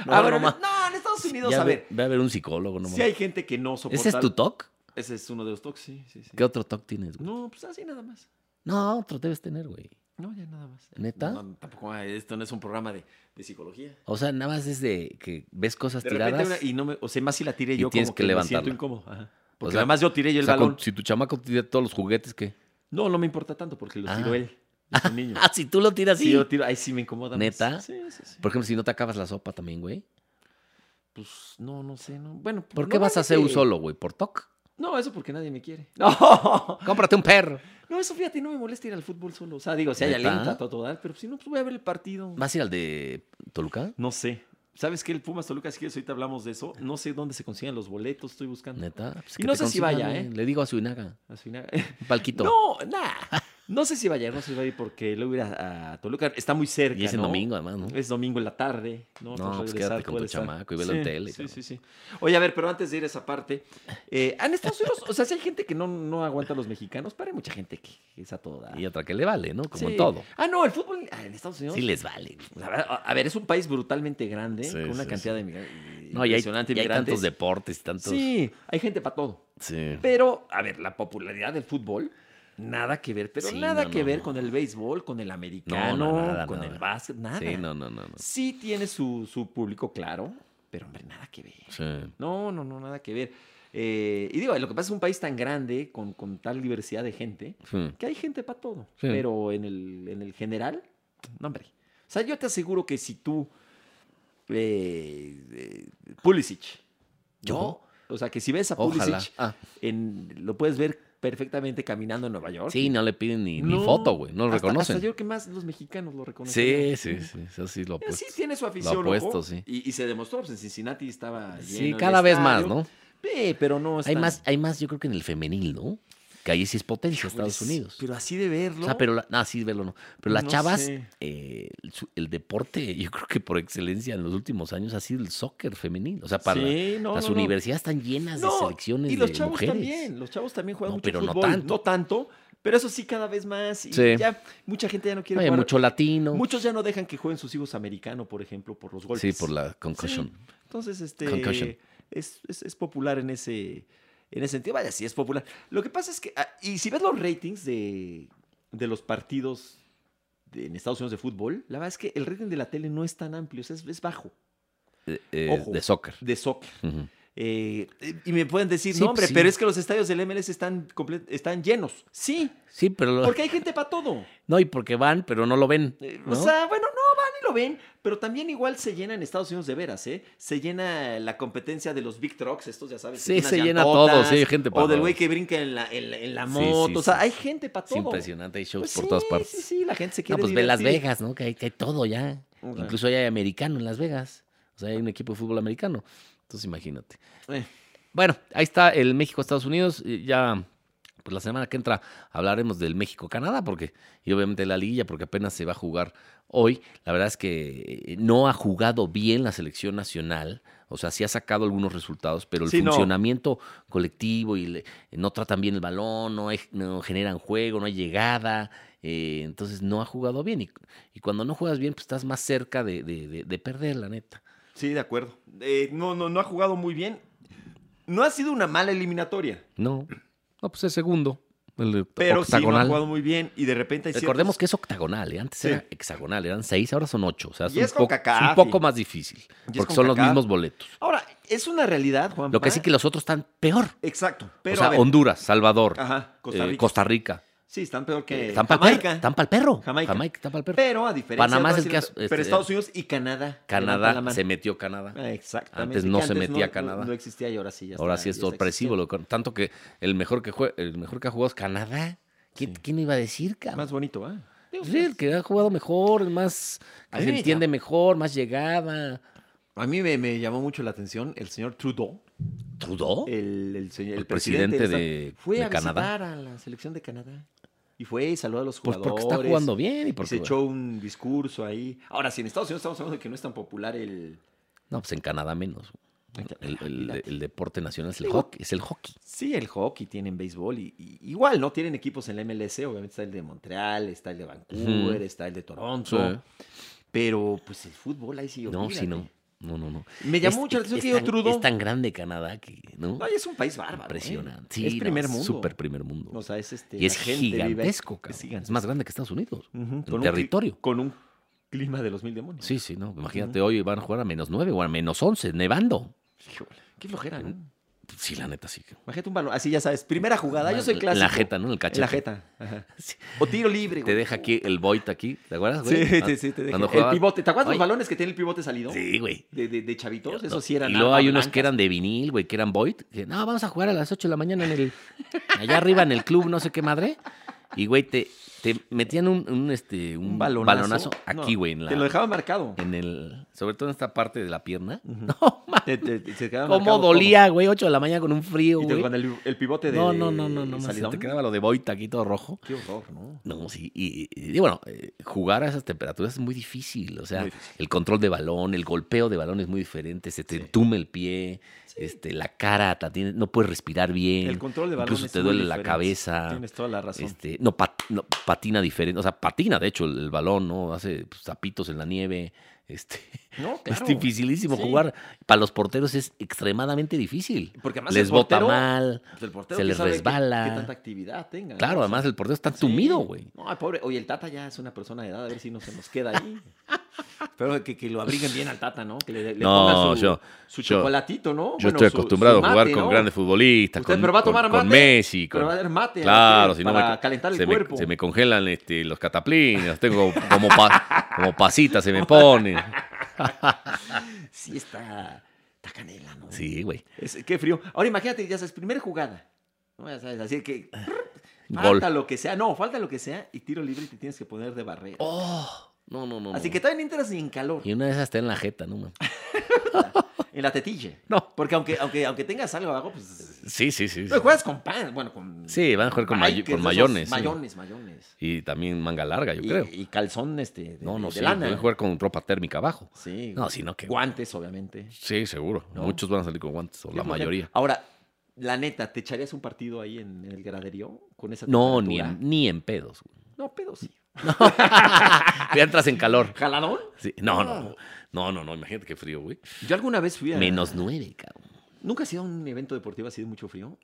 B: no,
A: bueno,
B: no, ma.
A: no, en Estados Unidos,
B: Ya
A: a
B: ve,
A: ver.
B: ve a ver un psicólogo, no
A: si
B: mames.
A: hay gente que no soporta.
B: ¿Ese es tu TOC?
A: Ese es uno de los toques, sí, sí, sí.
B: ¿Qué otro TOC tienes, güey?
A: No, pues así nada más.
B: No, otro debes tener, güey.
A: No, ya nada más.
B: ¿Neta?
A: No, no, tampoco, ah, esto no es un programa de, de psicología.
B: O sea, nada más es de que ves cosas
A: De repente
B: tiradas.
A: una- y no me, o sea, más si la tiré
B: Y
A: yo
B: tienes
A: como
B: que
A: que, me siento
B: levantarla.
A: incómodo. Ajá. Porque
B: sea,
A: además yo tiré yo
B: O
A: el
B: sea, con-
A: balón.
B: si tu chamaco tira todos los juguetes, ¿qué?
A: No, no me importa tanto porque lo
B: Ah.
A: tiró él. Es un niño.
B: Ah, si tú lo tiras
A: Sí,
B: sí.
A: yo tiro, ahí sí me incomoda. más.
B: ¿Neta?
A: Sí, sí, sí.
B: Por ejemplo, si no te acabas la sopa también, güey.
A: Pues no, no sé, no. Bueno,
B: ¿Por qué vas a hacer un
A: normalmente-
B: solo, güey? ¿Por TOC?
A: No, eso porque nadie me quiere. No,
B: ¡Cómprate un perro!
A: no, eso fíjate, no me molesta ir al fútbol solo. O sea, digo, si hay
B: ¿Neta?
A: aliento a todo dar, pero si no, pues voy a ver el partido.
B: ¿Vas a ir al de Toluca?
A: No sé. ¿Sabes qué? El Pumas Toluca, si quieres, ahorita hablamos de eso. No sé dónde se consiguen los boletos, estoy buscando.
B: Neta. Pues
A: Y
B: que
A: no
B: te
A: sé si vaya,
B: consigan, güey.
A: ¿eh?
B: Le digo a Suinaga.
A: Al final-
B: Un palquito.
A: No, nada. No sé si vaya, no sé si vaya porque luego ir a, a Toluca está muy cerca.
B: y es el
A: ¿no?
B: domingo, además, ¿no?
A: Es domingo en la tarde. No,
B: No, pues quédate con tu
A: puede estar.
B: chamaco y velo en tele pues. y
A: Sí,
B: todo.
A: sí, sí. Oye, a ver, pero antes de ir a esa parte, eh, en Estados Unidos, o sea, si hay gente que no, no aguanta a los mexicanos, pero hay mucha gente que es a toda.
B: Y otra que le vale, ¿no? Como
A: Sí.
B: en todo.
A: Ah, no, el fútbol ah, en Estados Unidos.
B: Sí les vale.
A: La verdad, a- a ver, es un país brutalmente grande,
B: Sí,
A: con una
B: sí,
A: cantidad de migrantes.
B: No, y hay, y hay tantos deportes, tantos.
A: Sí, hay gente para todo.
B: Sí.
A: Pero, a ver, la popularidad del fútbol, nada que ver, pero
B: Sí,
A: nada
B: no,
A: que
B: no,
A: ver
B: no.
A: con el béisbol, con el americano,
B: nada,
A: con
B: nada.
A: el básquet, nada.
B: Sí, no, no, no. no.
A: Sí tiene su, su público claro, pero hombre, nada que ver.
B: Sí.
A: No, no, no, nada que ver. Eh, y digo, lo que pasa es un país tan grande, con, con tal diversidad de gente,
B: Sí.
A: que hay gente para todo.
B: Sí.
A: Pero en el, en el general, no, hombre. O sea, yo te aseguro que si tú, eh, eh, Pulisic, yo, o sea, que si ves a
B: Ojalá.
A: Pulisic,
B: Ah,
A: en- lo puedes ver perfectamente caminando en Nueva York.
B: sí, no le piden ni, ni
A: No,
B: foto, güey. No lo
A: hasta-
B: reconocen.
A: Hasta yo creo que más los mexicanos lo reconocen. Eh,
B: sí, sí, sí. Eso sí lo pues
A: Sí,
B: apuesto.
A: tiene su afición.
B: apuesto,
A: ojo,
B: sí.
A: Y, y se demostró, pues en Cincinnati estaba. lleno
B: Sí,
A: el
B: cada vez más,
A: estadio.
B: ¿no?
A: Sí, pero no.
B: Hay
A: están-
B: más, hay más, yo creo que en el femenil, ¿no? Que ahí sí es potencia, Estados
A: Híjoles,
B: Unidos.
A: pues, Pero así de verlo.
B: O sea, pero la- no, sí, verlo no. Pero las
A: No
B: chavas,
A: sé.
B: eh, el, su- el deporte, yo creo que por excelencia en los últimos años ha sido el soccer femenil. O sea, para
A: Sí, no,
B: las
A: no, no.
B: universidades están llenas de
A: No,
B: selecciones
A: Y los
B: de
A: chavos
B: mujeres.
A: también. Los chavos también juegan
B: No,
A: mucho
B: pero no
A: fútbol.
B: tanto.
A: No tanto. Pero eso sí, cada vez más. Y
B: Sí.
A: ya mucha gente ya no quiere
B: Hay
A: jugar.
B: mucho latino.
A: Muchos ya no dejan que jueguen sus hijos americano, por ejemplo, por los
B: sí,
A: golpes.
B: por la concussion.
A: Sí, Entonces, este.
B: Concussion.
A: Es, es- es popular en ese, en ese sentido. Vaya, sí, es popular. Lo que pasa es que. ah, Y si ves los ratings de, de los partidos de- en Estados Unidos de fútbol, la verdad es que el rating de la tele no es tan amplio, o sea, es, es bajo,
B: eh, eh,
A: Ojo.
B: de soccer.
A: de soccer.
B: Ujú.
A: Eh, eh, y me pueden decir,
B: Sí,
A: no,
B: pues,
A: hombre,
B: sí.
A: pero es que los estadios del MLS están, comple- están llenos. Sí,
B: Sí, pero lo-
A: porque hay gente para todo.
B: no, y porque van, pero no lo ven.
A: Eh,
B: ¿no?
A: O sea, bueno, no van y lo ven, pero también igual se llena en Estados Unidos de veras, ¿eh? Se llena la competencia de los big trucks, estos ya sabes. que
B: Sí,
A: tienen
B: se
A: las
B: llena
A: llantotas,
B: todo, sí, hay gente pa'
A: O del
B: todo.
A: güey que brinca en la, en la- en la
B: Sí,
A: moto,
B: sí,
A: o sea,
B: sí.
A: hay gente para
B: es
A: todo.
B: impresionante. Hay shows
A: Pues
B: por
A: sí,
B: todas partes.
A: Sí, sí, la gente se
B: No,
A: quiere
B: pues ve Las
A: divertir.
B: Vegas, ¿no? Que hay, que hay todo ya.
A: Ujú.
B: Incluso hay americano en Las Vegas. O sea, hay un equipo de fútbol americano. Entonces, imagínate.
A: Eh,
B: Bueno, ahí está el México-Estados Unidos. Eh, Ya, pues la semana que entra hablaremos del México-Canadá, porque, y obviamente la liguilla, porque apenas se va a jugar hoy. La verdad es que eh, no ha jugado bien la selección nacional. O sea, sí ha sacado algunos resultados, pero el
A: Sí, no.
B: funcionamiento colectivo y le- no tratan bien el balón, no, hay- no generan juego, no hay llegada. eh, entonces no ha jugado bien. Y, y cuando no juegas bien, pues estás más cerca de, de- de- de perder, la neta.
A: sí, de acuerdo. Eh, no, no, no ha jugado muy bien. No ha sido una mala eliminatoria.
B: No, no, pues es segundo. El
A: Pero sí, no
B: octagonal.
A: han jugado muy bien y de repente hay ciertos-
B: Recordemos que es octagonal, ¿eh? antes
A: Sí.
B: era hexagonal, eran seis, ahora son ocho. O sea, es,
A: Y
B: un,
A: es con
B: poco- es
A: CACAF,
B: un poco
A: y-
B: más difícil,
A: es
B: porque
A: con
B: son los
A: CACAF.
B: mismos boletos.
A: Ahora, es una realidad, Juan.
B: Lo que sí que los otros están peor.
A: Exacto. Pero
B: o sea,
A: a ver,
B: Honduras, Salvador,
A: Ajá, Costa
B: eh,
A: Rica.
B: Costa Rica. eh,
A: Sí, están peor que
B: están para el
A: Jamaica.
B: perro. Están pa'l perro.
A: Jamaica.
B: Jamaica. están pa'l perro.
A: Pero a diferencia
B: Panamá es
A: Brasil,
B: el que has-
A: pero
B: este,
A: Estados Unidos y Canadá. levantan la
B: Canadá,
A: mano.
B: se metió Canadá.
A: Ah, Exactamente.
B: Antes no
A: que
B: se metía Canadá.
A: No, existía y ahora sí ya
B: ahora
A: está-
B: sí es
A: ya está
B: sorpresivo.
A: existiendo.
B: lo que- tanto que el mejor que, jue- el mejor que ha jugado es Canadá. ¿Quién,
A: Sí.
B: quién iba a decir, cabrón?
A: Más bonito, ¿ah? Digo,
B: Sí, el que ha jugado mejor, el más.
A: A
B: que
A: mí
B: se
A: me
B: entiende mejor, más llegada.
A: A mí me, me llamó mucho la atención el señor Trudeau,
B: ¿Trudeau?
A: el, el, señor-
B: El
A: presidente
B: presidente
A: Estados-
B: de-
A: Fue
B: de
A: a
B: Canadá.
A: visitar a la selección de Canadá. Y fue y saludó a los
B: Pues
A: jugadores.
B: porque está jugando bien y
A: y
B: porque.
A: se echó un discurso ahí. Ahora, si en Estados Unidos estamos hablando de que no es tan popular el.
B: No, pues en Canadá menos. El, el- el deporte nacional es el
A: Digo-
B: hockey. Es el hockey.
A: Sí, el hockey, tienen béisbol y, y- igual, ¿no? Tienen equipos en la MLS, obviamente está el de Montreal, está el de Vancouver,
B: Ujú.
A: está el de Toronto, pero pues el fútbol ahí sí
B: No,
A: olvídate.
B: sí, no. No, no, no.
A: Me llamó
B: Es-
A: mucho la
B: es-
A: atención
B: es
A: que yo
B: tan-
A: Trudeau,
B: Es tan grande Canadá que, ¿no?
A: no, y es un país bárbaro. ¿eh?
B: Impresionante.
A: es
B: Sí, no,
A: primer mundo.
B: Súper primer mundo.
A: O sea, es este
B: y es
A: la gente vive ahí.
B: gigantesco, cabrón.
A: Es
B: Es,
A: gigantesco.
B: más grande que Estados Unidos.
A: Ujú,
B: en
A: con un cli-
B: territorio.
A: con un clima de los mil demonios.
B: Sí, sí, no. Imagínate, hoy van a jugar a menos 9 o a menos 11, nevando.
A: Híjole, qué flojera, ¿no?
B: Sí, la neta, sí.
A: Imagínate un balón, así ya sabes, primera jugada, yo soy
B: En
A: clásico.
B: La jeta, ¿no? En el
A: En
B: cachete.
A: la jeta. ajá. O tiro libre.
B: Te
A: güey.
B: deja aquí el Voigt aquí, ¿te acuerdas,
A: Sí,
B: güey?
A: sí, sí, te deja.
B: Cuando
A: El
B: jugaba-
A: pivote, ¿te acuerdas
B: Oye.
A: los balones que tiene el pivote salido?
B: Sí, güey.
A: de, de, de chavitos,
B: No,
A: eso sí eran.
B: Y luego hay
A: armas
B: unos que
A: blancas.
B: eran de vinil, güey, que eran Void. Que, no, vamos a jugar a las 8 de la mañana en el. Allá arriba en el club, no sé qué madre. Y, güey, te, te metían un, un, este, un balonazo, aquí,
A: No,
B: güey, en la.
A: Te lo dejaba marcado.
B: En el. Sobre todo en esta parte de la pierna.
A: Ujú.
B: No, ma-
A: Te- te- te- se quedaba
B: Cómo
A: marcado
B: dolía, güey, 8 de la mañana con un frío,
A: todo. Y te-
B: güey.
A: con el, el pivote de.
B: No, no, no, no, no. ma, Se
A: salidón.
B: te quedaba lo de Void aquí todo rojo.
A: Qué horror, ¿no?
B: No, sí. Y, y- y bueno, eh, jugar a esas temperaturas es muy difícil. O sea,
A: Muy difícil.
B: el control de balón, el golpeo de balón es muy diferente. Se te
A: Sí.
B: entume el pie, este, la cara, la tienes- no puedes respirar bien.
A: El control de balón.
B: Eh, Incluso
A: es
B: te
A: muy
B: duele la
A: diferente.
B: cabeza.
A: Tienes toda la razón.
B: Este, no, pat- no, patina diferente. O sea, patina, de hecho, el, el balón, ¿no? Hace pues, zapitos en la nieve. Este,
A: no, claro.
B: Es dificilísimo
A: Sí.
B: jugar. Para los porteros es extremadamente difícil.
A: Porque además
B: Les
A: el
B: bota
A: portero-
B: mal.
A: Pues El portero
B: se
A: que
B: les
A: sabe qué-
B: resbala.
A: Qué, tanta actividad tenga.
B: Claro,
A: ¿no?
B: además el portero está
A: Sí.
B: entumido, güey.
A: No, ay, pobre. Oye, el Tata ya es una persona de edad, a ver si no se nos queda ahí. Pero que, que lo abriguen bien al Tata, ¿no? Que le, le
B: No,
A: pongan su,
B: yo-
A: su
B: yo-
A: chocolatito, ¿no?
B: Yo
A: Bueno,
B: estoy
A: su-
B: acostumbrado
A: su
B: a jugar
A: mate,
B: con
A: ¿no?
B: grandes futbolistas,
A: Usted,
B: con,
A: pero va a
B: con-
A: tomar
B: con
A: mate.
B: Messi,
A: Pero
B: con-
A: va a dar mate.
B: claro,
A: ¿no?
B: si no
A: para
B: me-
A: calentar el
B: se me,
A: cuerpo.
B: se me congelan este, los cataplines, los tengo como, pa- como pasita, se me pone.
A: Sí está, está canela, ¿no?
B: Sí, güey.
A: Es- qué frío. Ahora imagínate, ya sabes, primera jugada. ¿no? Ya sabes, así que
B: Gol.
A: falta lo que sea. No, falta lo que sea y tiro libre y te tienes que poner de barrera.
B: Oh, no, no, no.
A: así
B: no.
A: que todavía no entras ni en calor,
B: Y una de esas está en la jeta, ¿no? man?
A: en la tetilla.
B: No.
A: Porque aunque, aunque, aunque tengas algo abajo, pues...
B: Sí, sí, sí. sí.
A: No, juegas con pan, bueno, con...
B: Sí, van a jugar con,
A: Ay,
B: mayo-
A: que
B: con
A: esos
B: mayones. sí.
A: Mayones, mayones.
B: Y también manga larga, yo
A: Y,
B: creo.
A: y calzón este, de,
B: No, no,
A: de
B: sí.
A: lana.
B: Pueden jugar con ropa térmica abajo.
A: Sí.
B: No, sino que.
A: Guantes, obviamente.
B: Sí, seguro.
A: No.
B: Muchos van a salir con guantes, o la
A: Qué flojera.
B: mayoría.
A: Ahora, la neta, ¿te echarías un partido ahí en el graderío con esa
B: No, ni
A: temperatura?
B: en, ni en pedos.
A: No, pedo sí.
B: Ya entras en calor.
A: ¿Jaladón?
B: Sí, No, no, no. No, no, no, imagínate qué frío, güey.
A: Yo alguna vez fui a...
B: Menos nueve, cabrón.
A: ¿Nunca has ido a un evento deportivo así de mucho frío?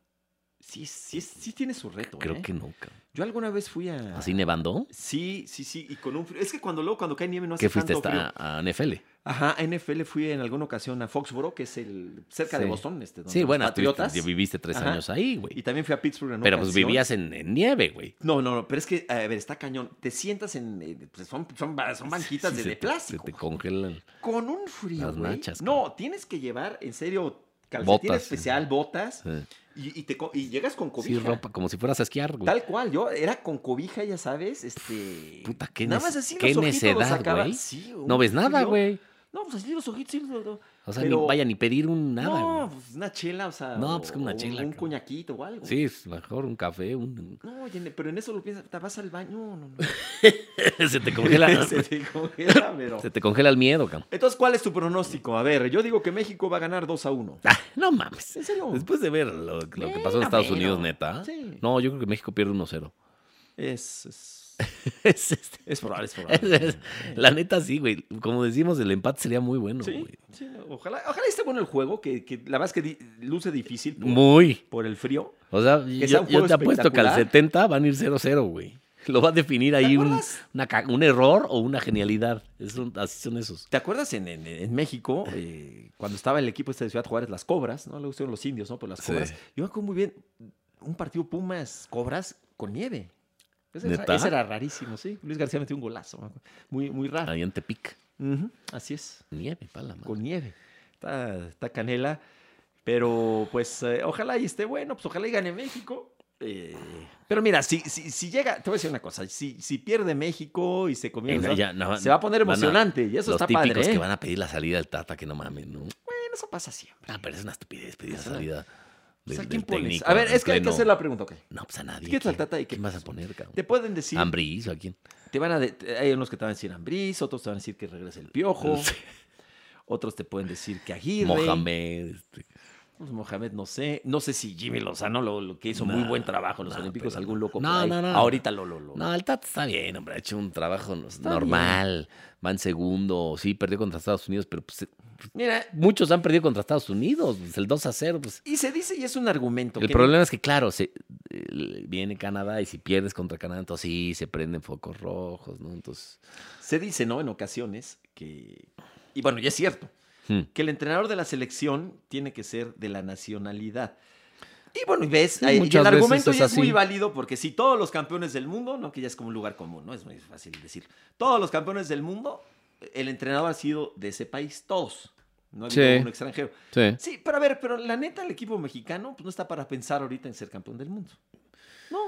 A: Sí, sí, sí tiene su reto,
B: Creo
A: ¿eh?
B: que no, cabrón.
A: Yo alguna vez fui a...
B: Ah. ¿Así nevando?
A: Sí, sí, sí, y con un frío. Es que cuando luego, cuando cae nieve no hace
B: ¿Qué fuiste
A: tanto frío.
B: hasta a NFL?
A: Ajá, a NFL fui en alguna ocasión a Foxboro, que es el cerca de
B: Sí.
A: Boston, este, donde
B: Sí,
A: los
B: bueno, estuviste-
A: Patriotas.
B: viviste tres
A: Ajá.
B: años ahí,
A: Y
B: güey.
A: también fui a Pittsburgh en
B: Pero pues
A: ocasión.
B: vivías en, en nieve, güey.
A: No, no, no, pero es que, a ver, está cañón. Te sientas en. eh, pues son, son, ba- son banquitas
B: Sí,
A: de,
B: se
A: de
B: te-
A: plástico.
B: Se te congelan.
A: Con un frío.
B: Las
A: güey.
B: nachas,
A: No, tienes que llevar, en serio, calcetín
B: Botas, sí.
A: especial, botas.
B: Sí,
A: Y, y te, co- y llegas con
B: Sí,
A: cobija.
B: ropa, como si fueras a esquiar, güey.
A: Tal cual, yo era con cobija, ya sabes, este.
B: Puta, qué
A: Nada
B: nece-
A: más así
B: qué
A: los ojitos los
B: necedad,
A: sacaba.
B: güey.
A: Sí, un
B: No ves nada,
A: frío.
B: güey.
A: No, pues así los ojitos, sí, lo- lo-
B: O sea,
A: Pero-
B: ni vaya ni pedir un nada,
A: no,
B: güey.
A: pues una chela, o sea.
B: No, pues,
A: o-
B: como una
A: o
B: chela,
A: Un
B: cabrón.
A: coñaquito o algo.
B: Sí, es mejor un café, un...
A: No, y en- pero en eso lo piensas, te vas al baño. No, no, no.
B: se te congela.
A: Se te congela, pero.
B: se te congela el miedo, cabrón.
A: Entonces, ¿cuál es tu pronóstico? A ver, yo digo que México va a ganar 2 a 1.
B: Ah, no mames.
A: ¿En serio?
B: Después de ver lo, lo que pasó en
A: Bueno,
B: Estados
A: pero-
B: Unidos, neta.
A: Sí.
B: No, yo creo que México pierde 1-0.
A: Es, es,
B: Es este-
A: es este. probable, es probable.
B: es- es- la neta, sí, güey. Como decimos, el empate sería muy bueno,
A: sí,
B: güey.
A: sí, no, ojalá, ojalá esté bueno el juego, que, que la verdad es que di- luce difícil por,
B: Muy.
A: por el frío.
B: O sea,
A: sea
B: yo,
A: un
B: yo
A: juego
B: te apuesto que al
A: espectacular.
B: 70 van a ir 0-0, güey. Lo va a definir ahí un,
A: acuerdas?
B: una ca- un error o una genialidad. Es un- así son esos.
A: ¿Te acuerdas en, en- en México, eh, cuando estaba el equipo este de Ciudad Juárez, las Cobras, ¿no? Le gustaron los indios, ¿no? Por las
B: Sí.
A: Cobras. Yo me acuerdo muy bien un partido Pumas-Cobras con nieve. Ese, era-
B: ¿Neta?
A: ese era rarísimo, sí. Luis García metió un golazo, me acuerdo. muy, muy raro.
B: Ahí en Tepic.
A: Ujú, así es.
B: Nieve, pala, madre.
A: con nieve. Está, está canela. Pero pues eh, ojalá y esté bueno, pues ojalá y gane México. Eh, pero mira, si, si, si llega, te voy a decir una cosa, si, si pierde México y se
B: Eh,
A: comienza,
B: no, ya, no,
A: se va a poner
B: van a-
A: emocionante y eso
B: Los
A: está
B: típicos
A: padre. ¿eh?
B: que van a pedir la salida del Tata, que no mames, ¿no?
A: Bueno, eso pasa siempre.
B: Ah, pero es una estupidez pedir la
A: Ajá.
B: salida.
A: O
B: del-
A: sea, ¿quién
B: del
A: pones?
B: técnico,
A: a ver,
B: del
A: es que hay que
B: pleno.
A: hacer la pregunta, ok.
B: No, pues a nadie.
A: ¿Qué tal, Tata? ¿Y qué
B: ¿Quién vas a poner, cabrón?
A: Te pueden decir,
B: ¿Ambriz o a quién?
A: te van a de- te- hay unos que te van a decir Ambriz, otros te van a decir que regrese el piojo,
B: Sí.
A: otros te pueden decir que Aguirre.
B: Mohamed. este,
A: Pues Mohamed, no sé. No sé si Jimmy Lozano, lo, lo que hizo muy
B: No,
A: buen trabajo en los
B: no,
A: Olímpicos,
B: pero-
A: algún loco por
B: No,
A: ahí.
B: no, no.
A: Ahorita lo, lo, lo.
B: No, el Tata está bien, hombre. Ha hecho un trabajo no-
A: Está
B: normal. Va en segundo. Sí, perdió contra Estados Unidos, pero pues, eh,
A: Mira,
B: muchos han perdido contra Estados Unidos. pues, el 2 a 0. Pues,
A: y se dice, y es un argumento.
B: el
A: que-
B: problema es que, claro, se, el- viene Canadá y si pierdes contra Canadá, entonces sí, se prenden focos rojos, ¿no? Entonces.
A: Se dice, ¿no? En ocasiones que. Y bueno, ya es cierto.
B: hmm.
A: Que el entrenador de la selección tiene que ser de la nacionalidad. Y bueno, y ves,
B: Sí,
A: ahí- y
B: muchas
A: el
B: veces
A: argumento
B: es
A: ya es
B: así.
A: muy válido porque si todos los campeones del mundo, no que ya es como un lugar común, ¿no? Es muy fácil decir. Todos los campeones del mundo, el entrenador ha sido de ese país, todos. No ha habido
B: Sí.
A: un extranjero.
B: Sí.
A: Sí, pero a ver, pero la neta, el equipo mexicano pues, no está para pensar ahorita en ser campeón del mundo. No.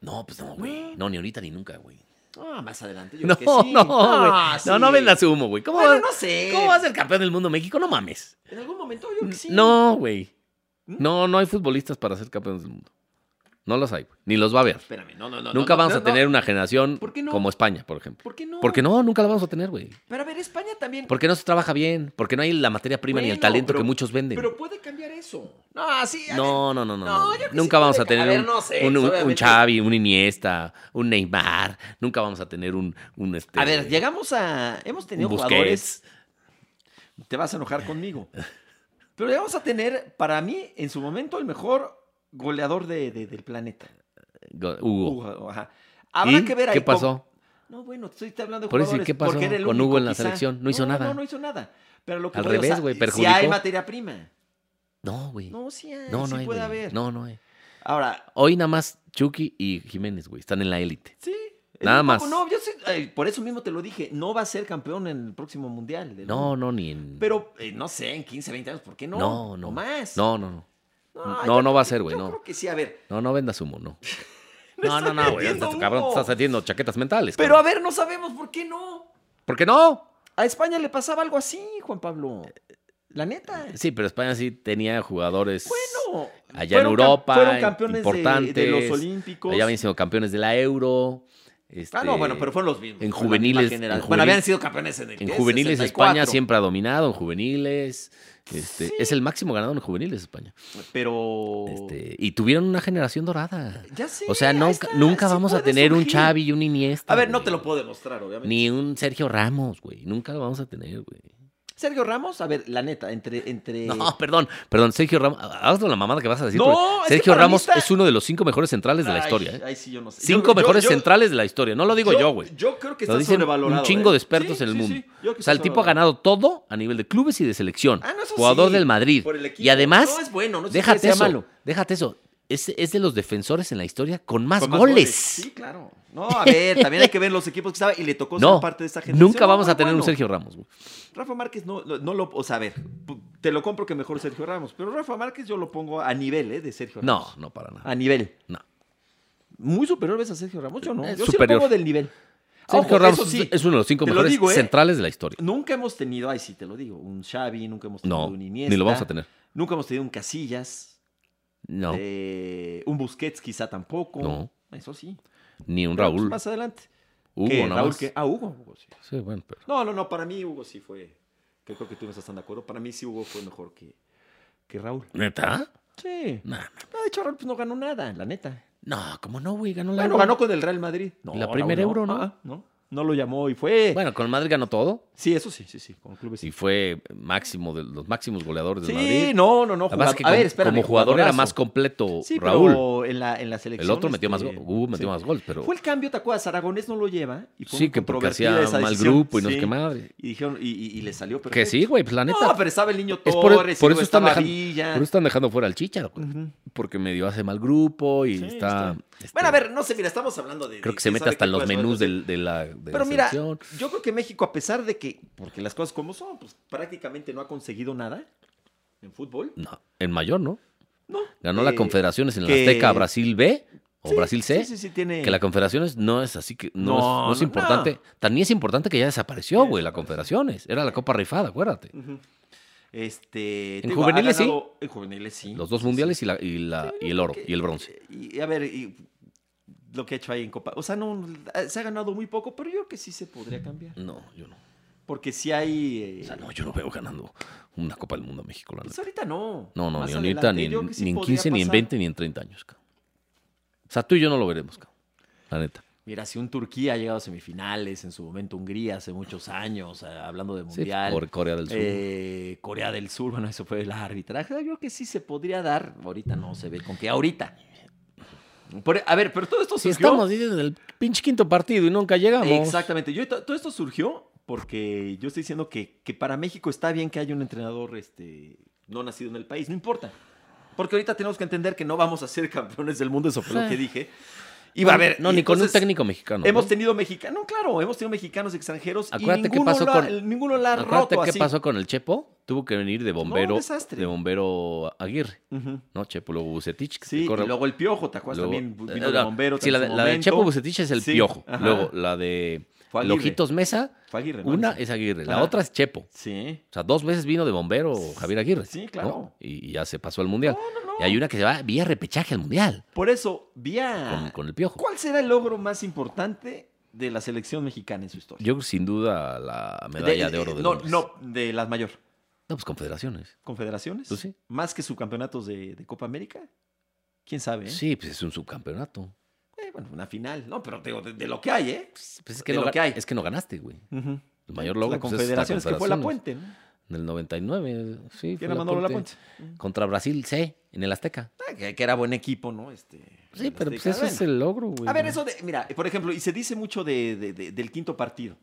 B: No, pues no, güey.
A: No.
B: No, ni ahorita ni nunca, güey.
A: Ah, más adelante. Yo
B: No,
A: creo que sí.
B: no, güey.
A: Ah,
B: No, no
A: sí.
B: vendas humo, güey. ¿Cómo,
A: Bueno,
B: vas-
A: no sé.
B: ¿Cómo va a ser campeón del mundo México? No mames.
A: En algún momento yo creo que sí.
B: No, güey.
A: ¿Mm?
B: No, no hay futbolistas para ser campeones del mundo. No los hay, güey. Ni los va a haber.
A: Espérame, no, no, no.
B: nunca
A: no,
B: vamos
A: no,
B: a tener
A: no.
B: una generación
A: ¿Por qué no?
B: como España, por ejemplo.
A: ¿Por qué no?
B: Porque no, nunca la vamos a tener, güey.
A: Pero a ver, España también.
B: Porque no se trabaja bien, porque no hay la materia prima ni el
A: Bueno,
B: talento
A: pero-
B: que muchos venden.
A: Pero puede cambiar eso. No, sí. a ver.
B: no, no, no, no.
A: No,
B: no.
A: yo creo que
B: Nunca
A: sí
B: vamos a
A: puede- a
B: tener
A: ver,
B: un,
A: no sé,
B: un- un- un
A: obviamente.
B: Xavi, un Iniesta, un Neymar. Nunca vamos a tener un, un este,
A: A ver, llegamos a. Hemos tenido
B: Busquets.
A: jugadores. Te vas a enojar conmigo. Pero llegamos a tener, para mí, en su momento, el mejor goleador de- de- del planeta.
B: go- Hugo.
A: Hugo, ajá. Habrá
B: ¿Y?
A: que ver ahí
B: ¿Qué
A: cómo-
B: pasó?
A: No, bueno, estoy hablando de
B: Por eso, ¿y
A: jugadores.
B: qué pasó
A: porque era el
B: con
A: único,
B: Hugo en la
A: quizá.
B: selección? No hizo nada.
A: No, no hizo nada. Pero lo que
B: Al
A: voy, o
B: revés,
A: sea,
B: güey,
A: Si
B: perjudicó.
A: hay materia prima.
B: No, güey. No,
A: No, sí hay.
B: no,
A: sí
B: hay,
A: puede
B: güey.
A: haber.
B: No, no hay.
A: Ahora,
B: Hoy nada más Chucky y Jiménez, güey, están en la élite.
A: sí. es
B: Nada
A: un poco-
B: más.
A: no, yo sí, ay, por eso mismo te lo dije. No va a ser campeón en el próximo mundial. del
B: No,
A: mundo.
B: no, ni en.
A: Pero, eh, no sé, en 15, 20 años, ¿por qué no?
B: No, no.
A: O más.
B: No, no, no. No,
A: yo
B: no va
A: creo
B: a
A: que-
B: ser, güey,
A: Yo
B: no.
A: creo que sí, a ver.
B: No, no vendas humo, no. No,
A: No
B: no,
A: estoy
B: no, güey.
A: vendiendo
B: hasta tu Cabrón, te
A: humo.
B: estás haciendo chaquetas mentales.
A: Pero a
B: cabrón.
A: ver, no sabemos por qué no.
B: ¿Por qué no?
A: A España le pasaba algo así, Juan Pablo. La neta.
B: Sí, pero España sí tenía jugadores.
A: Bueno,
B: Allá en
A: fueron cam-
B: Europa, eh,
A: fueron campeones de-
B: importantes.
A: de, los Olímpicos.
B: Allá habían sido campeones de la Euro. este,
A: Ah, no, bueno, pero fueron los mismos.
B: en
A: fue la misma
B: juveniles-
A: generación.
B: en
A: bueno,
B: juvenil-
A: habían sido campeones en el
B: En
A: ¿qué?
B: juveniles
A: 64.
B: España siempre ha dominado, en juveniles. Este,
A: Sí.
B: Es el máximo ganador en juveniles España.
A: Pero.
B: Este, y tuvieron una generación dorada.
A: ya sé.
B: O sea,
A: ahí
B: nunca,
A: está,
B: nunca
A: sí
B: vamos a
A: puede
B: tener un
A: surgir.
B: Xavi y un Iniesta.
A: A ver,
B: güey.
A: no te lo puedo demostrar, obviamente.
B: Ni un Sergio Ramos, güey. Nunca lo vamos a tener, güey.
A: Sergio Ramos, a ver, la neta, entre. entre...
B: No, perdón, perdón, Sergio Ramos. Hazlo la mamada que vas a decir.
A: Eh, No,
B: porque
A: es que
B: Sergio
A: para mí
B: Ramos
A: está-
B: es uno de los cinco mejores centrales de la
A: Ay,
B: historia. ¿eh?
A: Ay, sí, yo no sé.
B: Cinco
A: Yo- yo-
B: mejores
A: yo-
B: centrales de la historia. No lo digo yo, güey.
A: Yo, creo que
B: Lo
A: está
B: dicen
A: sobrevalorado.
B: un chingo
A: ¿eh?
B: de expertos
A: Sí,
B: en el
A: sí,
B: mundo.
A: sí, yo creo que
B: o sea, el
A: está
B: tipo ha
A: sobrevalorado.
B: ganado todo a nivel de clubes y de selección.
A: Ah, no, eso
B: jugador
A: sí,
B: del Madrid.
A: por el equipo.
B: Y además,
A: No, es bueno, no sé si
B: déjate
A: sea
B: eso,
A: malo.
B: déjate eso. Es, es de los defensores en la historia con más
A: Con más
B: goles.
A: Sí, claro. No, a ver, también hay que ver los equipos que estaba y le tocó
B: No,
A: ser parte de esa generación.
B: nunca vamos
A: Muy
B: a tener un
A: bueno.
B: Sergio Ramos. güey.
A: Rafa Márquez no, no, no lo. O sea, a ver, pu- te lo compro que mejor Sergio Ramos. Pero Rafa Márquez yo lo pongo a nivel, ¿eh? De Sergio
B: No,
A: Ramos.
B: no para nada.
A: A nivel.
B: No.
A: Muy superior ves a Sergio Ramos, yo no.
B: Es
A: Yo sí
B: superior.
A: lo pongo del nivel.
B: Sergio
A: Ojo,
B: Ramos
A: eso sí,
B: es uno de los cinco
A: te lo
B: mejores
A: digo, ¿eh?
B: centrales de la historia.
A: Nunca hemos tenido, ay, sí te lo digo, un Xavi, nunca hemos tenido
B: No,
A: un Iniesta.
B: ni lo vamos a tener.
A: Nunca hemos tenido un Casillas.
B: No,
A: eh, un Busquets quizá tampoco.
B: No.
A: Eso sí.
B: ni un
A: Pero, pues,
B: Raúl.
A: Más adelante.
B: Hugo,
A: ¿Qué,
B: nada
A: Raúl,
B: más.
A: qué? Ah, Hugo. Hugo, sí.
B: Sí, bueno, pero.
A: No, no, no, para mí Hugo sí fue. Que creo que tú no estás tan de acuerdo. Para mí sí Hugo fue mejor que, que Raúl.
B: ¿Neta?
A: Sí.
B: Nah.
A: No, de hecho, Raúl pues, no ganó nada, la neta.
B: No, como no, güey, ganó la
A: Bueno,
B: Euro.
A: ganó con el Real Madrid. No,
B: La primera
A: Raúl,
B: Euro, ¿no?
A: Ah, no. No lo llamó y fue.
B: Bueno, con el Madrid ganó todo.
A: Sí, eso sí, sí, sí. Con clubes
B: Y fue máximo de los máximos goleadores
A: Sí,
B: del Madrid.
A: no, no, no.
B: La verdad
A: jugado-
B: es que
A: a
B: como,
A: ver, espérame.
B: como jugador era
A: jugadorazo.
B: más completo
A: Sí,
B: Raúl.
A: pero en la, en la selección.
B: el otro metió más
A: este,
B: goles. Hugo metió
A: sí.
B: más goles, pero.
A: Fue el cambio, ¿te acuerdas? Aragonés no lo lleva. Y fue
B: Sí,
A: muy
B: que porque
A: controvertida
B: hacía
A: esa
B: mal
A: decisión.
B: grupo y no sé
A: Sí.
B: qué madre.
A: Y dijeron, y, y- y le salió perfecto.
B: Que sí, güey, pues la neta.
A: No, pero estaba el niño
B: es
A: Torres,
B: por, e-
A: y
B: por
A: luego
B: eso están
A: estaba
B: dejando,
A: Villa.
B: por eso están dejando fuera al Chicharo. güey.
A: Ujú.
B: Porque medio hace mal grupo y
A: Sí,
B: está.
A: está.
B: este,
A: Bueno, a ver, no sé, mira, estamos hablando de.
B: Creo
A: de
B: que se
A: quién
B: mete
A: sabe
B: hasta
A: qué
B: en los
A: cosas,
B: menús
A: ¿no?
B: del- de la, de
A: Pero
B: la
A: mira,
B: selección.
A: yo creo que México, a pesar de que, porque las cosas como son, pues prácticamente no ha conseguido nada en fútbol.
B: No, en mayor, ¿no?
A: No.
B: Ganó la
A: Eh,
B: Confederaciones en la
A: que-
B: Azteca Brasil B o
A: sí,
B: Brasil C.
A: Sí, sí, sí, tiene.
B: Que la Confederaciones no es así que no,
A: No,
B: es, no es
A: no,
B: importante. Tan ni es importante que ya desapareció,
A: Ya
B: güey, la Confederaciones. Era la Copa Rifada, acuérdate.
A: Ujú. Este,
B: En
A: ha
B: juveniles sí.
A: ganado- En juveniles sí. eh,
B: Los dos mundiales y, la, y, la- y el oro y el bronce.
A: Y a ver, y lo que ha hecho ahí en Copa. O sea, no, se ha ganado muy poco, pero yo creo que sí se podría cambiar.
B: No, yo no.
A: Porque sí hay. eh,
B: O sea, no, yo no veo ganando una Copa del Mundo a México, la
A: pues
B: neta.
A: ahorita no.
B: No, no,
A: Más
B: ni ahorita,
A: adelante,
B: ni,
A: yo
B: en-
A: creo que sí
B: ni en
A: podría
B: 15, ni en
A: pasar.
B: 20, ni en 30 años, cabrón. O sea, tú y yo no lo veremos, cabrón. La neta.
A: Mira, si un Turquía ha llegado a semifinales, en su momento Hungría hace muchos años, eh, hablando de
B: Sí,
A: mundial.
B: por Corea del Sur.
A: eh, Corea del Sur, bueno, eso fue el arbitraje. Yo creo que sí se podría dar. Ahorita no se ve con qué. Ahorita. Por- a ver, pero todo esto
B: si
A: surgió.
B: estamos en el pinche quinto partido y nunca llegamos.
A: Exactamente. Yo, to- todo esto surgió porque yo estoy diciendo que, que para México está bien que haya un entrenador este, no nacido en el país, no importa. Porque ahorita tenemos que entender que no vamos a ser campeones del mundo, eso fue lo que dije. Y va a haber.
B: No,
A: y
B: ni con un
A: entonces
B: técnico mexicano.
A: Hemos
B: ¿no?
A: tenido mexicanos, claro, hemos tenido mexicanos extranjeros
B: Acuérdate
A: y
B: qué
A: ninguno,
B: pasó
A: la,
B: con-
A: ninguno la ha
B: Acuérdate
A: roto
B: qué
A: así.
B: pasó con el Chepo. Tuvo que venir de bombero.
A: desastre.
B: de bombero Aguirre.
A: Ujú.
B: No, Chepo, luego Bucetich. que se
A: Sí,
B: corre-
A: y luego el piojo, ¿te acuerdas?
B: luego-
A: también vino
B: eh,
A: de
B: la-
A: bombero.
B: Sí, la, de- la de Chepo Bucetich es el
A: Sí,
B: piojo.
A: ajá.
B: Luego la de
A: Fue Aguirre.
B: Lojitos Mesa.
A: Aguirre, ¿no?
B: Una es Aguirre, la
A: Ajá.
B: otra es Chepo.
A: Sí.
B: O sea, dos veces vino de bombero Javier Aguirre.
A: Sí,
B: ¿no?
A: claro.
B: Y, y ya se pasó al mundial.
A: No, no, no.
B: Y hay una que se va vía repechaje al mundial
A: Por eso,
B: con,
A: vía.
B: con el piojo.
A: Ah. ¿Cuál será el logro más importante de la selección mexicana en su historia?
B: Yo creo que sin duda la medalla de, oro de
A: no,
B: Londres.
A: no, de las mayor.
B: No, pues confederaciones.
A: ¿Confederaciones?
B: Pues sí.
A: ¿Más que subcampeonatos de, de Copa América? ¿Quién sabe? eh?
B: Sí, pues es un subcampeonato.
A: Eh, bueno, una final. No, pero te digo, de, de lo que hay, ¿eh?
B: Pues es que,
A: De
B: no,
A: lo
B: ga-
A: que hay.
B: es que no ganaste, güey.
A: Ujú.
B: El mayor logro
A: la
B: pues, es
A: confederaciones que fue la
B: Confederaciones.
A: puente, ¿no?
B: En el 99, sí.
A: Que
B: fue
A: era Manolo La Puente.
B: Contra Brasil, sí, en el Azteca.
A: Ah, que, que era buen equipo, ¿no? Este,
B: Sí,
A: el
B: pero pues
A: Azteca.
B: eso es
A: Ah, Bueno.
B: el logro, güey.
A: A ver, eso de. Mira, por ejemplo, y se dice mucho de, de- de- del quinto partido.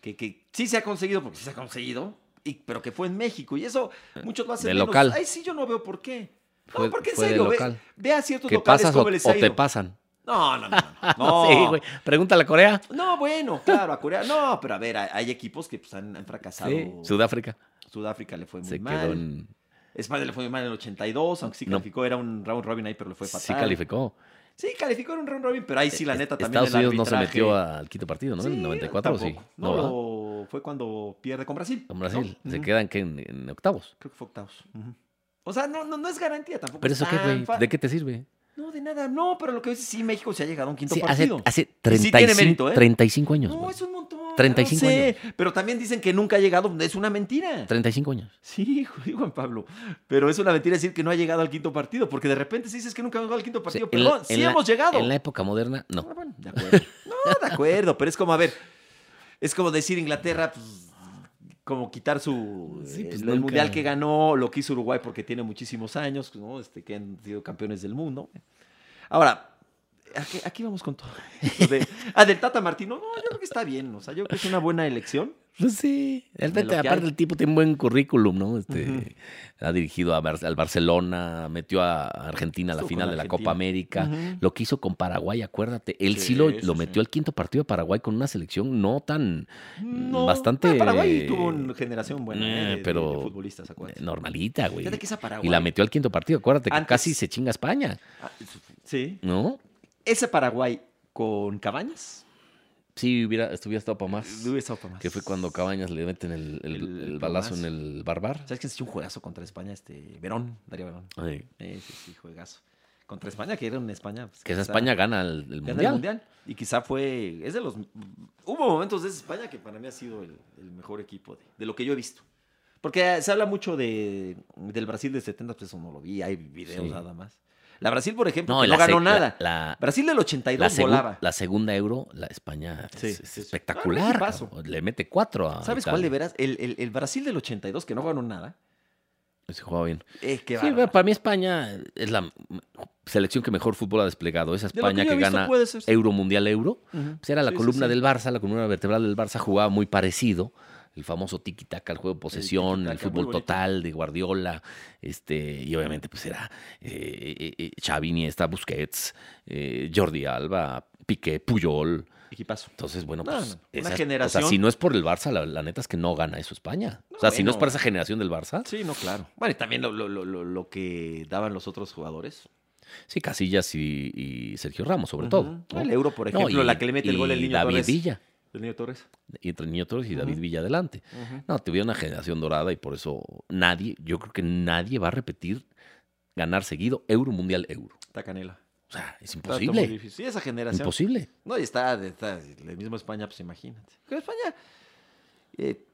A: Que, que sí se ha conseguido, porque sí se ha conseguido, y, pero que fue en México. Y eso muchos lo hacen
B: De
A: menos.
B: local.
A: Ay, sí, yo no veo por qué.
B: Fue-
A: no, porque en
B: fue de
A: serio, ve,
B: local.
A: ve a ciertos
B: Que
A: locales
B: pasas o,
A: cómo les
B: o
A: ha
B: te
A: ido.
B: pasan.
A: No, no, no. No,
B: No,
A: no.
B: sí, güey. Pregúntale a Corea.
A: No, bueno, claro, a Corea. No, pero a ver, hay, hay equipos que pues, han, han fracasado.
B: Sí, Sudáfrica.
A: Sudáfrica le fue muy
B: Se
A: mal.
B: quedó en.
A: España le fue muy mal en el 82, aunque sí
B: No.
A: calificó, era un round robin ahí, pero le fue fatal.
B: Sí calificó.
A: Sí, calificó en un round robin, pero ahí sí, la neta,
B: Est-
A: también
B: Estados
A: el
B: Unidos no se
A: arbitraje-
B: metió al quinto partido, ¿no? En el
A: Sí,
B: 94 o sí.
A: tampoco.
B: No,
A: No,
B: ¿verdad?
A: lo- fue cuando pierde con Brasil.
B: Con Brasil.
A: ¿no?
B: Se
A: Ujú.
B: quedan ¿qué? en, en octavos.
A: Creo que fue octavos. Ujú. O sea, no, no, no es garantía tampoco.
B: ¿Pero eso
A: es
B: qué,
A: tan
B: güey?
A: Ah, fa-
B: ¿De qué te sirve?
A: No, de nada. No, pero lo que dice sí, México se ha llegado a un quinto
B: Sí, hace,
A: partido.
B: hace
A: Y sí tiene
B: 35,
A: mérito, ¿eh?
B: 35 años.
A: no,
B: güey.
A: es un montón.
B: 35
A: no sé, Pero también dicen que nunca ha llegado. Es una mentira.
B: 35 años.
A: Sí, güey, Juan Pablo. Pero es una mentira decir que no ha llegado al quinto partido, porque de repente si dices que nunca ha llegado al quinto
B: O sea,
A: partido,
B: en la-
A: perdón,
B: en
A: sí
B: la-
A: hemos llegado.
B: En la época moderna,
A: Ah,
B: no.
A: bueno, de acuerdo. No, de acuerdo, pero es como, a ver, es como decir Inglaterra, pues, como quitar su.
B: Sí, pues,
A: el,
B: nunca.
A: mundial que ganó, lo que hizo Uruguay porque tiene muchísimos años, ¿no? Este, que han sido campeones del mundo. Ahora. Aquí, aquí vamos con todo. Lo de- ah, del Tata Martino. No, yo creo que está bien. O sea, yo creo que es una buena elección.
B: No sé. El
A: De lo
B: Tata,
A: que
B: aparte,
A: hay.
B: el tipo tiene un buen currículum, ¿no? Este,
A: Ujú.
B: Ha dirigido a Bar- al Barcelona, metió a Argentina a la
A: Estuvo con
B: final de la Copa América.
A: Ujú.
B: Lo que hizo con Paraguay, acuérdate. Él sí,
A: Sí,
B: lo,
A: sí,
B: lo
A: sí.
B: metió al quinto partido de Paraguay con una selección no tan
A: No,
B: Mm, bastante-
A: bueno, Paraguay tuvo una generación buena
B: Eh,
A: ¿eh? de- de,
B: pero-
A: de futbolistas, acuérdate.
B: eh, normalita, güey.
A: Fíjate que esa Paraguay.
B: Y la metió al quinto partido. Acuérdate que
A: Antes-
B: casi se chinga España,
A: Ah, sí.
B: ¿no?
A: Ese Paraguay con Cabañas.
B: Sí, hubiera, estuviera estado para más.
A: Luis Sopa más.
B: Ah, Que fue cuando Cabañas le meten el, el-
A: El-
B: el
A: el
B: balazo en
A: plomazo.
B: el barbar.
A: ¿Sabes quién se echó un juegazo contra España? Este Verón, Darío Verón.
B: Ay,
A: Eh, sí, sí, juegazo. Contra España, que era en España. pues,
B: Que esa
A: quizá
B: España gana el, el
A: gana
B: mundial.
A: el mundial. Y quizá fue. Es de los. Hubo momentos de esa España que para mí ha sido el, el mejor equipo de, de lo que yo he visto. Porque eh, se habla mucho de, del Brasil de 70, pues eso no lo vi. Hay videos
B: Sí.
A: nada más. La Brasil, por ejemplo,
B: No,
A: que
B: y
A: no
B: la
A: ganó
B: sec-
A: nada.
B: La, la-
A: Brasil del
B: la
A: 82
B: segu-
A: volaba.
B: la segunda euro, la España es-
A: Sí,
B: es,
A: sí, sí. Ah, un
B: espectacular.
A: equipazo.
B: cabrón. le mete cuatro a.
A: ¿Sabes cuál de
B: Italia.
A: veras? El, el- el Brasil del 82, que no ganó nada.
B: Se jugaba bien.
A: Eh, qué
B: Sí,
A: bárbaro.
B: para mí España es la selección que mejor fútbol ha desplegado. Esa
A: De lo
B: España
A: yo
B: que,
A: he visto,
B: gana
A: puede ser.
B: euro, mundial, euro.
A: Ujú.
B: Pues era la
A: Sí, sí,
B: columna
A: sí.
B: del Barça, la columna vertebral del Barça jugaba muy parecido. El famoso tiki-taka, el juego de posesión, el,
A: tiki-taka, muy
B: fútbol
A: bonito.
B: total de Guardiola. este Y obviamente, pues era eh, eh, eh, Xavi, Iniesta, Busquets, eh, Jordi Alba, Piqué, Puyol.
A: Equipazo.
B: Entonces, bueno,
A: No,
B: pues.
A: no, una
B: esas- O
A: generación.
B: sea, si no es por el Barça, la, la neta es que no gana eso España.
A: No,
B: o sea, si no es
A: bueno.
B: por esa generación del Barça,
A: Sí, no, claro. Bueno, y también lo, lo- lo- lo- lo que daban los otros jugadores.
B: sí, Casillas y, y Sergio Ramos, sobre
A: Ujú.
B: todo. ¿no?
A: El euro, por
B: No,
A: ejemplo,
B: y-
A: la que le mete el gol el
B: y
A: niño
B: David
A: Torres.
B: Villa.
A: del niño Torres.
B: Y entre Niño Torres y David
A: Ujú.
B: Villa adelante. No, tuvieron una generación dorada y por eso nadie, yo creo que nadie va a repetir ganar seguido Euro Mundial Euro.
A: Está Canela.
B: O sea, es
A: Está- está muy
B: imposible.
A: difícil. Sí, esa generación.
B: Imposible.
A: No, y está, está el mismo España, pues imagínate. Que España. eh,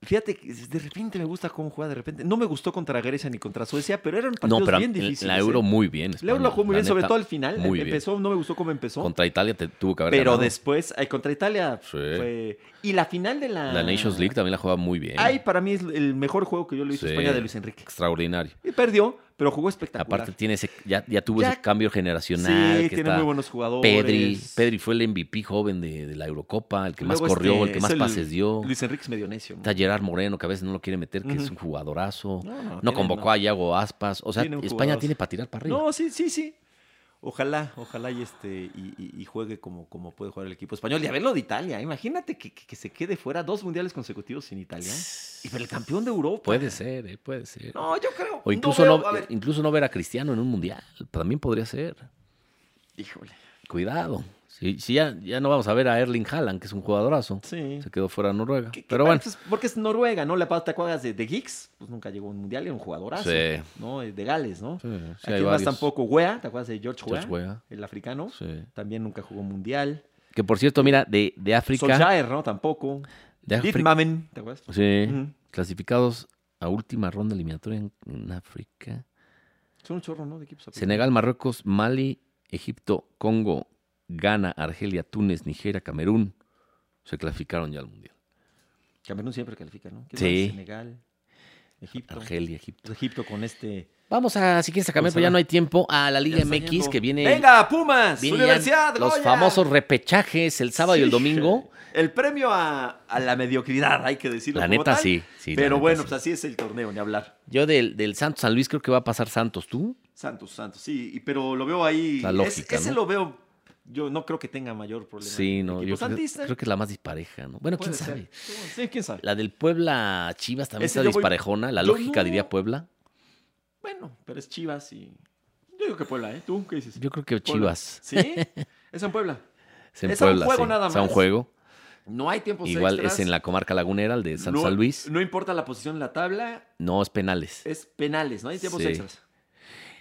A: fíjate, que de repente me gusta cómo juega, de repente. No me gustó contra Grecia ni contra Suecia, pero eran partidos
B: No, pero
A: bien
B: la-
A: difíciles.
B: la Euro
A: ¿eh?
B: muy bien.
A: La Euro la
B: España,
A: jugó muy
B: la
A: bien, sobre
B: neta,
A: todo al final.
B: Muy bien.
A: empezó, no me gustó cómo empezó.
B: Contra Italia te tuvo que haber
A: pero
B: ganado.
A: después, ay, contra Italia
B: Sí.
A: fue. Y la final de la.
B: La Nations League también la juega muy bien.
A: Ay, para mí es el mejor juego que yo le hice
B: Sí.
A: España de Luis Enrique.
B: Extraordinario.
A: Y perdió, pero jugó espectacular.
B: Aparte tiene ese, ya, ya tuvo
A: Ya-
B: ese cambio generacional.
A: sí,
B: que
A: tiene
B: está
A: muy buenos jugadores.
B: Pedri, Pedri fue el MVP joven de, de la Eurocopa, el que más
A: Luego,
B: corrió,
A: este,
B: el que más
A: es
B: pases dio.
A: Luis Enrique es medio necio. ¿no?
B: Está Gerard Moreno, que a veces no lo quiere meter, que es
A: Ujú.
B: un jugadorazo.
A: No,
B: No,
A: no, tiene-
B: convocó
A: no.
B: a Iago Aspas. O sea,
A: Tiene un
B: España
A: jugadorazo.
B: tiene para tirar para arriba.
A: No, sí, sí, sí. Ojalá, ojalá y este y, y- y juegue como, como puede jugar el equipo español. Y a verlo de Italia. Imagínate que, que- que se quede fuera dos mundiales consecutivos sin Italia. Y pero el campeón de Europa.
B: Puede ser, eh, puede ser.
A: No, yo creo.
B: o incluso no, eh,
A: veo- a ver,
B: incluso no ver a Cristiano en un mundial. También podría ser.
A: Híjole.
B: Cuidado. Si, si ya, ya no vamos a ver a Erling Haaland, que es un jugadorazo.
A: Sí.
B: Se quedó fuera Noruega.
A: ¿Qué- qué
B: Pero bueno,
A: tal? Pues, porque es Noruega, ¿no? La pata te acuerdas de, de Geeks, pues nunca llegó a un mundial, era un jugadorazo.
B: Sí.
A: ¿No? Eh, De Gales, ¿no?
B: Sí, sí, hay
A: Aquí más
B: varios.
A: tampoco. Wea, ¿te acuerdas de George Wea?
B: George Weah.
A: El africano.
B: Pues, ah, sí.
A: También nunca jugó mundial.
B: que por cierto, mira, de, de África.
A: Solskjaer, ¿no? Tampoco.
B: De
A: Dick
B: África
A: Mamen, ¿te acuerdas?
B: sí,
A: Ujú.
B: clasificados a última ronda eliminatoria en- en África.
A: Son un chorro, ¿no? De equipos africanos.
B: Senegal, Marruecos, Mali, Egipto, Congo, Ghana, Argelia, Túnez, Nigeria, Camerún se clasificaron ya al Mundial.
A: Camerún siempre califica, ¿no? ¿Qué
B: Sí.
A: más? Senegal, Egipto.
B: Argelia, Egipto.
A: Pues Egipto con este.
B: Vamos a, si quieres, a cambiar,
A: Pues
B: pero ya
A: ahora-
B: no hay tiempo, a la Liga
A: Ya está
B: MX
A: yendo.
B: que viene.
A: ¡Venga, Pumas!
B: viene ya
A: ¡Universidad!
B: los
A: Goya!
B: famosos repechajes el sábado y el
A: Sí,
B: domingo.
A: El premio a, a la mediocridad, hay que decirlo.
B: La
A: como
B: neta,
A: tal.
B: sí. sí, la
A: Pero
B: neta,
A: bueno,
B: sí.
A: pues así es el torneo, ni hablar.
B: Yo del, del Santos San Luis creo que va a pasar Santos, ¿tú?
A: Santos, Santos, sí. y- Pero lo veo ahí.
B: La
A: es-
B: lógica,
A: ese
B: ¿no?
A: lo veo. Yo no creo que tenga mayor problema.
B: Sí,
A: el
B: no,
A: equipo
B: yo creo,
A: santista.
B: creo que es la más dispareja, ¿no? Bueno, quién
A: Puede
B: sabe.
A: ser. Sí, quién sabe.
B: La del Puebla Chivas también
A: Ese
B: está
A: yo voy-
B: disparejona, la
A: yo
B: lógica
A: no-
B: diría Puebla.
A: Bueno, pero es Chivas y. Yo digo que Puebla, ¿eh? ¿Tú qué dices?
B: Yo creo que
A: Puebla.
B: Chivas.
A: ¿Sí? Es en Puebla.
B: Es en
A: Es a un
B: Puebla,
A: juego
B: sí.
A: nada
B: Es a un
A: más.
B: juego.
A: No hay tiempos
B: Igual
A: extras.
B: es en la comarca lagunera, el de San,
A: no,
B: San Luis.
A: No importa la posición en la tabla,
B: No, es penales.
A: es penales, no hay tiempos
B: Sí.
A: extras.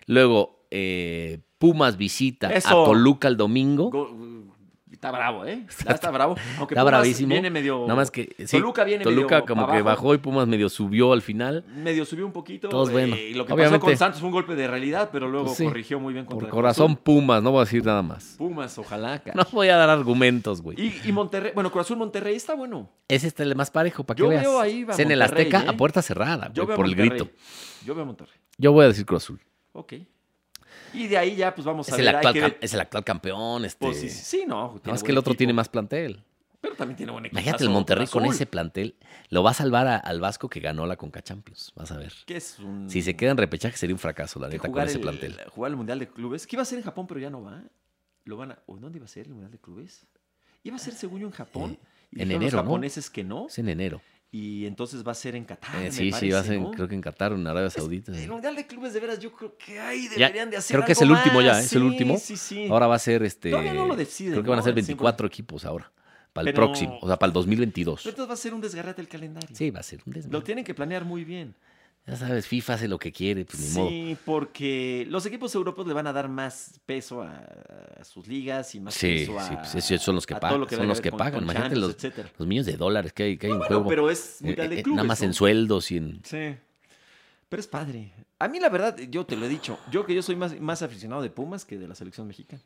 B: Luego, eh, Pumas visita
A: Eso.
B: a Toluca el domingo.
A: Go- uh, está bravo, ¿eh? Está, está bravo. Aunque
B: ¿Oh? Está
A: Pumas
B: bravísimo.
A: Viene medio.
B: Nada más que. sí,
A: Toluca viene
B: Toluca
A: medio
B: como
A: pa'
B: que
A: abajo.
B: bajó y Pumas medio subió al final.
A: Medio subió un poquito.
B: Todos,
A: eh,
B: bueno,
A: y lo que pasó
B: obviamente.
A: con Santos fue un golpe de realidad, pero luego
B: Pues sí,
A: corrigió muy bien contra
B: Por
A: Cruz
B: corazón,
A: Azul.
B: Pumas, no voy a decir nada más.
A: Pumas, ojalá. cara.
B: No voy a dar argumentos, güey.
A: Y, y Monterrey, bueno, Cruz Azul Monterrey está bueno.
B: Ese está el más parejo, para que
A: Yo
B: veas.
A: veo ahí a
B: Es en el
A: Monterrey,
B: Azteca
A: ¿eh?
B: a puerta cerrada,
A: Yo
B: güey,
A: veo a
B: por el
A: Monterrey.
B: grito.
A: Yo veo a Monterrey.
B: Yo voy a decir Cruz Azul.
A: Ok. Y de ahí ya, pues vamos a
B: Es
A: ver.
B: el,
A: hay
B: actual,
A: que
B: cam-
A: ver.
B: es el actual campeón. Este.
A: Pues sí, sí, no.
B: Nada
A: tiene
B: más que
A: buen
B: el otro
A: equipo,
B: tiene más plantel.
A: Pero también tiene buen equipo.
B: Imagínate el Monterrey con ese plantel. Lo va a salvar a- al Vasco que ganó la Conca Champions. Vas a ver.
A: Que es un.
B: Si se queda en repechaje sería un fracaso, la
A: Mm. que
B: neta, con
A: jugar
B: ese
A: el-
B: plantel.
A: Jugar el Mundial de Clubes, que iba a ser en Japón, pero ya no va. Lo van a, ¿o ¿Dónde iba a ser el Mundial de Clubes? Iba a ser, según yo, en Japón.
B: Eh,
A: y
B: en
A: dijeron
B: enero,
A: los
B: ¿no?
A: japoneses que no.
B: Es en enero.
A: Y entonces va a ser en Qatar.
B: Eh,
A: Ah, me
B: sí, sí,
A: parece,
B: va a ser, en-
A: ¿no?
B: creo que en Qatar, o en Arabia Saudita. sí.
A: El Mundial de Clubes, de veras, yo creo que ahí
B: Ya,
A: deberían de hacer
B: creo que es
A: algo
B: el último ya, ¿eh?
A: más.
B: es el
A: Sí,
B: último.
A: Sí, sí.
B: Ahora va a ser este.
A: Todavía no lo deciden,
B: Creo que van a
A: ¿no?
B: ser
A: El cinco-
B: 24 equipos ahora. Para el
A: Pero-
B: próximo, o sea, para el 2022.
A: Pero entonces va a ser un desgarrate del calendario.
B: Sí, va a ser un
A: Lo
B: desmadre.
A: tienen que planear muy bien.
B: Ya sabes, FIFA hace lo que quiere, pues ni modo.
A: Sí, porque los equipos europeos le van a dar más peso a, a sus ligas y más
B: Sí,
A: peso a.
B: sí, pues esos son los que
A: a todo
B: pagan,
A: lo que
B: son
A: tenga
B: los
A: ver
B: que
A: con-
B: pagan,
A: con
B: imagínate
A: Champions,
B: los-
A: etcétera.
B: Los millones de dólares que hay, que hay en
A: Bueno,
B: juego.
A: pero es
B: Eh,
A: mundial
B: eh,
A: de
B: eh,
A: clubes.
B: nada más
A: ¿no?
B: en sueldos y en.
A: Sí. Pero es padre. A mí, la verdad, yo te lo he dicho, yo que yo soy más, más aficionado de Pumas que de la selección mexicana.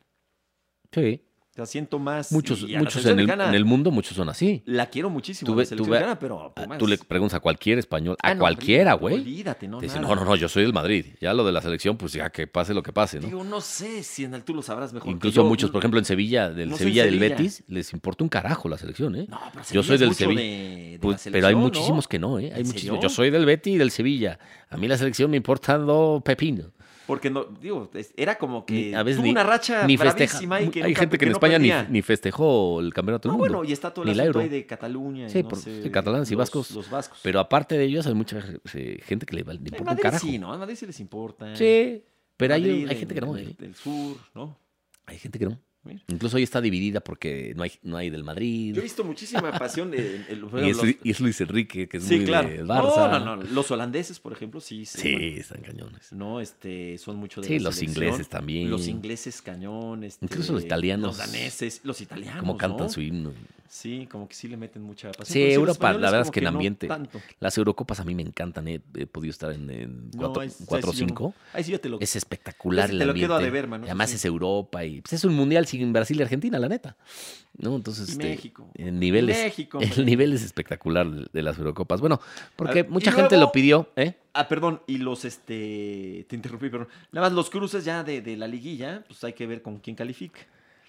B: Sí.
A: O sea, siento más.
B: Muchos,
A: y a la
B: muchos
A: selección
B: en, el,
A: mexicana
B: en el mundo, muchos son así.
A: La quiero muchísimo,
B: Tú
A: a
B: ve-
A: la
B: tú
A: selección
B: ve-
A: mexicana, pero a
B: Ah,
A: Pumas.
B: Tú le preguntas a cualquier español, a
A: Ah, no,
B: cualquiera,
A: olvídate,
B: güey.
A: Olvídate, no,
B: Te dicen, no,
A: nada.
B: no, no, yo soy del Madrid. Ya lo de la selección, pues ya que pase lo que pase, ¿no?
A: Digo, no sé si en el, tú lo sabrás mejor. que
B: Incluso
A: yo.
B: muchos, por ejemplo, en Sevilla, del
A: no soy
B: Sevilla, del
A: Sevilla.
B: Betis, les importa un carajo la selección, ¿eh?
A: No, pero
B: Yo
A: Sevilla
B: soy
A: es
B: del
A: mucho
B: Sevilla.
A: de- de
B: Pues,
A: la
B: pero
A: selección,
B: hay
A: ¿no?
B: muchísimos que no, ¿eh? Hay
A: ¿En
B: muchísimos.
A: serio?
B: Yo soy del Betis y del Sevilla. A mí la selección me importa dos pepino.
A: Porque no, digo, es- era como que
B: Ni- a veces
A: tuvo
B: ni-
A: una racha
B: ni festeja.
A: bravísima y que
B: Hay
A: nunca-
B: gente que en
A: no
B: España ni,
A: perdía.
B: ni festejó el campeonato del
A: No,
B: mundo.
A: bueno, y está todo
B: ni
A: el
B: la
A: asunto
B: Euro.
A: ahí de Cataluña. y
B: Sí,
A: no
B: por-
A: sé,
B: sí, catalanes y
A: los-
B: vascos.
A: Los vascos.
B: Pero aparte de ellos, hay mucha eh, gente que le, va- le
A: En
B: importa un
A: Madrid
B: carajo.
A: sí, ¿no? A Madrid sí les importa.
B: Sí, pero hay,
A: Madrid,
B: hay gente que
A: en-
B: no,
A: en el-
B: ¿eh?
A: Del sur, ¿no?
B: Hay gente que no.
A: Mira.
B: Incluso hoy está dividida porque no hay, no hay del Madrid.
A: Yo he visto muchísima pasión en, en los-
B: Y es,
A: los-
B: y es Luis Enrique, que es
A: Sí,
B: muy
A: claro.
B: del Barça.
A: No, no, no. Los holandeses, por ejemplo, sí. Sí.
B: Sí,
A: bueno,
B: están cañones.
A: no, este, son mucho de
B: Sí,
A: la
B: los
A: selección.
B: ingleses también.
A: Los ingleses cañón. este,
B: Incluso los
A: Los
B: italianos.
A: daneses, los italianos.
B: Cómo cantan
A: ¿no?
B: su himno.
A: Sí, como que sí le meten mucha pasión.
B: Sí,
A: Pero los
B: Europa, la
A: españoles
B: verdad es
A: como
B: que en ambiente-
A: No tanto.
B: Las Eurocopas a mí me encantan. He, he podido estar en, en
A: No,
B: cuatro-
A: ahí sí- ahí
B: cuatro o
A: sí yo no.
B: 5.
A: Ahí sí yo te lo.
B: Es espectacular
A: Ese
B: el
A: te lo quedo a
B: ambiente.
A: deber, mano,
B: Además
A: sí.
B: es Europa y pues, es un mundial sin Brasil y Argentina, la neta. ¿No? Entonces,
A: Y
B: este,
A: México.
B: el nivel es,
A: México. hombre.
B: el nivel es espectacular de, de las Eurocopas. Bueno, porque
A: Ah, y
B: mucha gente
A: luego-
B: lo pidió, ¿eh?
A: Ah, perdón, y los este. Te interrumpí, pero Nada más los cruces ya de, de la liguilla, pues hay que ver con quién califica.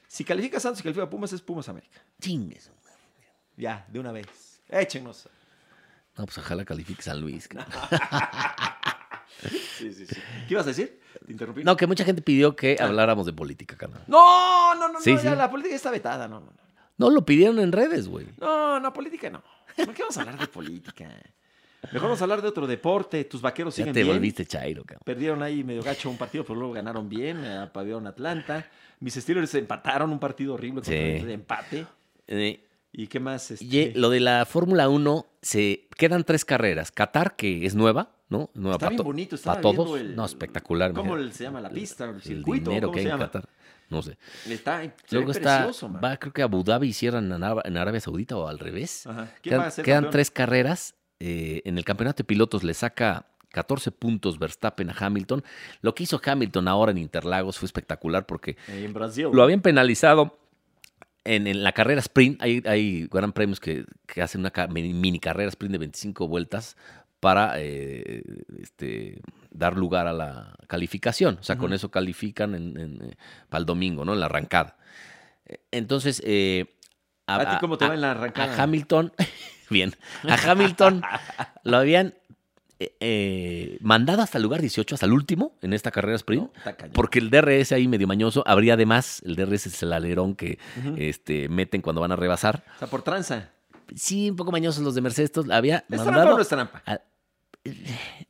A: Si califica Santos y califica Pumas, es Pumas América.
B: Chingues.
A: Ya, de una vez. Échenos.
B: No, pues ojalá califique San Luis.
A: Sí, sí, sí. ¿Qué ibas a decir? Te interrumpí.
B: No, que mucha gente pidió que habláramos de política, carnal.
A: No, no, no,
B: Sí,
A: no, ya
B: sí.
A: la política ya está vetada, no, no, no.
B: No, lo pidieron en redes, güey.
A: No, no, política no. ¿Por qué vamos a hablar de política? Mejor vamos a hablar de otro deporte. Tus vaqueros
B: Ya
A: siguen
B: te
A: bien.
B: volviste chairo, cabrón.
A: Perdieron ahí medio gacho un partido, pero luego ganaron bien, eh, apagaron Atlanta. Mis Steelers empataron un partido horrible contra
B: Sí.
A: el empate.
B: Eh,
A: ¿Y qué más? Este?
B: Ye- eh, lo de la Fórmula 1, se quedan tres carreras. Qatar, que es nueva, ¿no? Nueva
A: Está
B: pa'
A: bien
B: to-
A: bonito, estaba
B: Para todos.
A: viendo el-
B: no, espectacular.
A: ¿Cómo
B: imagínate.
A: se llama la pista? ¿El
B: El
A: circuito?
B: dinero
A: ¿Cómo
B: que
A: se
B: hay en
A: llama?
B: Qatar. No sé.
A: Está, se ve
B: Luego está,
A: precioso, man.
B: va, creo que Abu Dhabi hicieron en, Ara- en Arabia Saudita o al revés.
A: Ajá. Ah, ¿Quién
B: Quedan,
A: va a ser
B: quedan
A: campeón?
B: tres carreras. eh, en el campeonato de pilotos le saca 14 puntos Verstappen a Hamilton. Lo que hizo Hamilton ahora en Interlagos fue espectacular porque
A: En Brasil.
B: lo habían penalizado en, en la carrera sprint. Hay, hay gran premios que, que hacen una ca- mini mini carrera sprint de 25 vueltas para eh, este, dar lugar a la calificación. O sea, con
A: Ujú.
B: eso califican en- en, eh, para el domingo, ¿no? En la arrancada. Eh, Entonces, eh,
A: ¿A, ti cómo te
B: a-
A: va en la
B: a
A: arrancada?
B: Hamilton, bien, a Hamilton lo habían eh, eh, mandado hasta el lugar 18, hasta el último en esta carrera sprint.
A: No, está cañón.
B: Porque el DRS ahí medio mañoso, habría además, el DRS es el alerón que
A: Ujú.
B: este, meten cuando van a rebasar.
A: O sea, por tranza.
B: Sí, un poco mañosos los de Mercedes, estos, había
A: ¿Es trampa o
B: mandado...
A: no es trampa?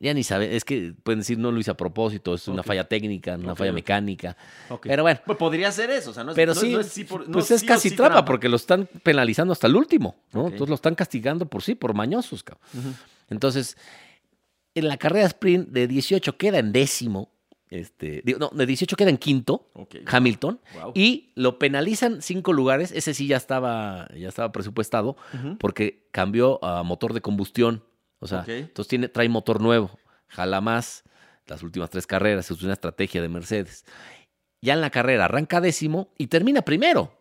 B: Ya ni saben, es que pueden decir no lo hice a propósito, es una
A: Ok.
B: falla técnica, una
A: Ok,
B: falla
A: ok.
B: mecánica.
A: Ok.
B: Pero bueno,
A: Pues podría ser eso, o sea, no es,
B: pero
A: no-
B: sí,
A: no es sí por- no
B: pues es
A: sí o
B: casi
A: sí
B: trampa, porque lo están penalizando hasta el último, ¿no?
A: Ok.
B: Entonces lo están castigando por sí, por mañosos, cabrón.
A: Ujú.
B: Entonces, en la carrera sprint de 18 queda en décimo, este, digo, no, de 18 queda en quinto,
A: Ok.
B: Hamilton,
A: Wow.
B: y lo penalizan cinco lugares, ese sí ya estaba, ya estaba presupuestado,
A: Ujú.
B: porque cambió a motor de combustión. O sea,
A: Ok.
B: entonces tiene, trae motor nuevo, jala más las últimas tres carreras, es una estrategia de Mercedes. Ya en la carrera arranca décimo y termina primero,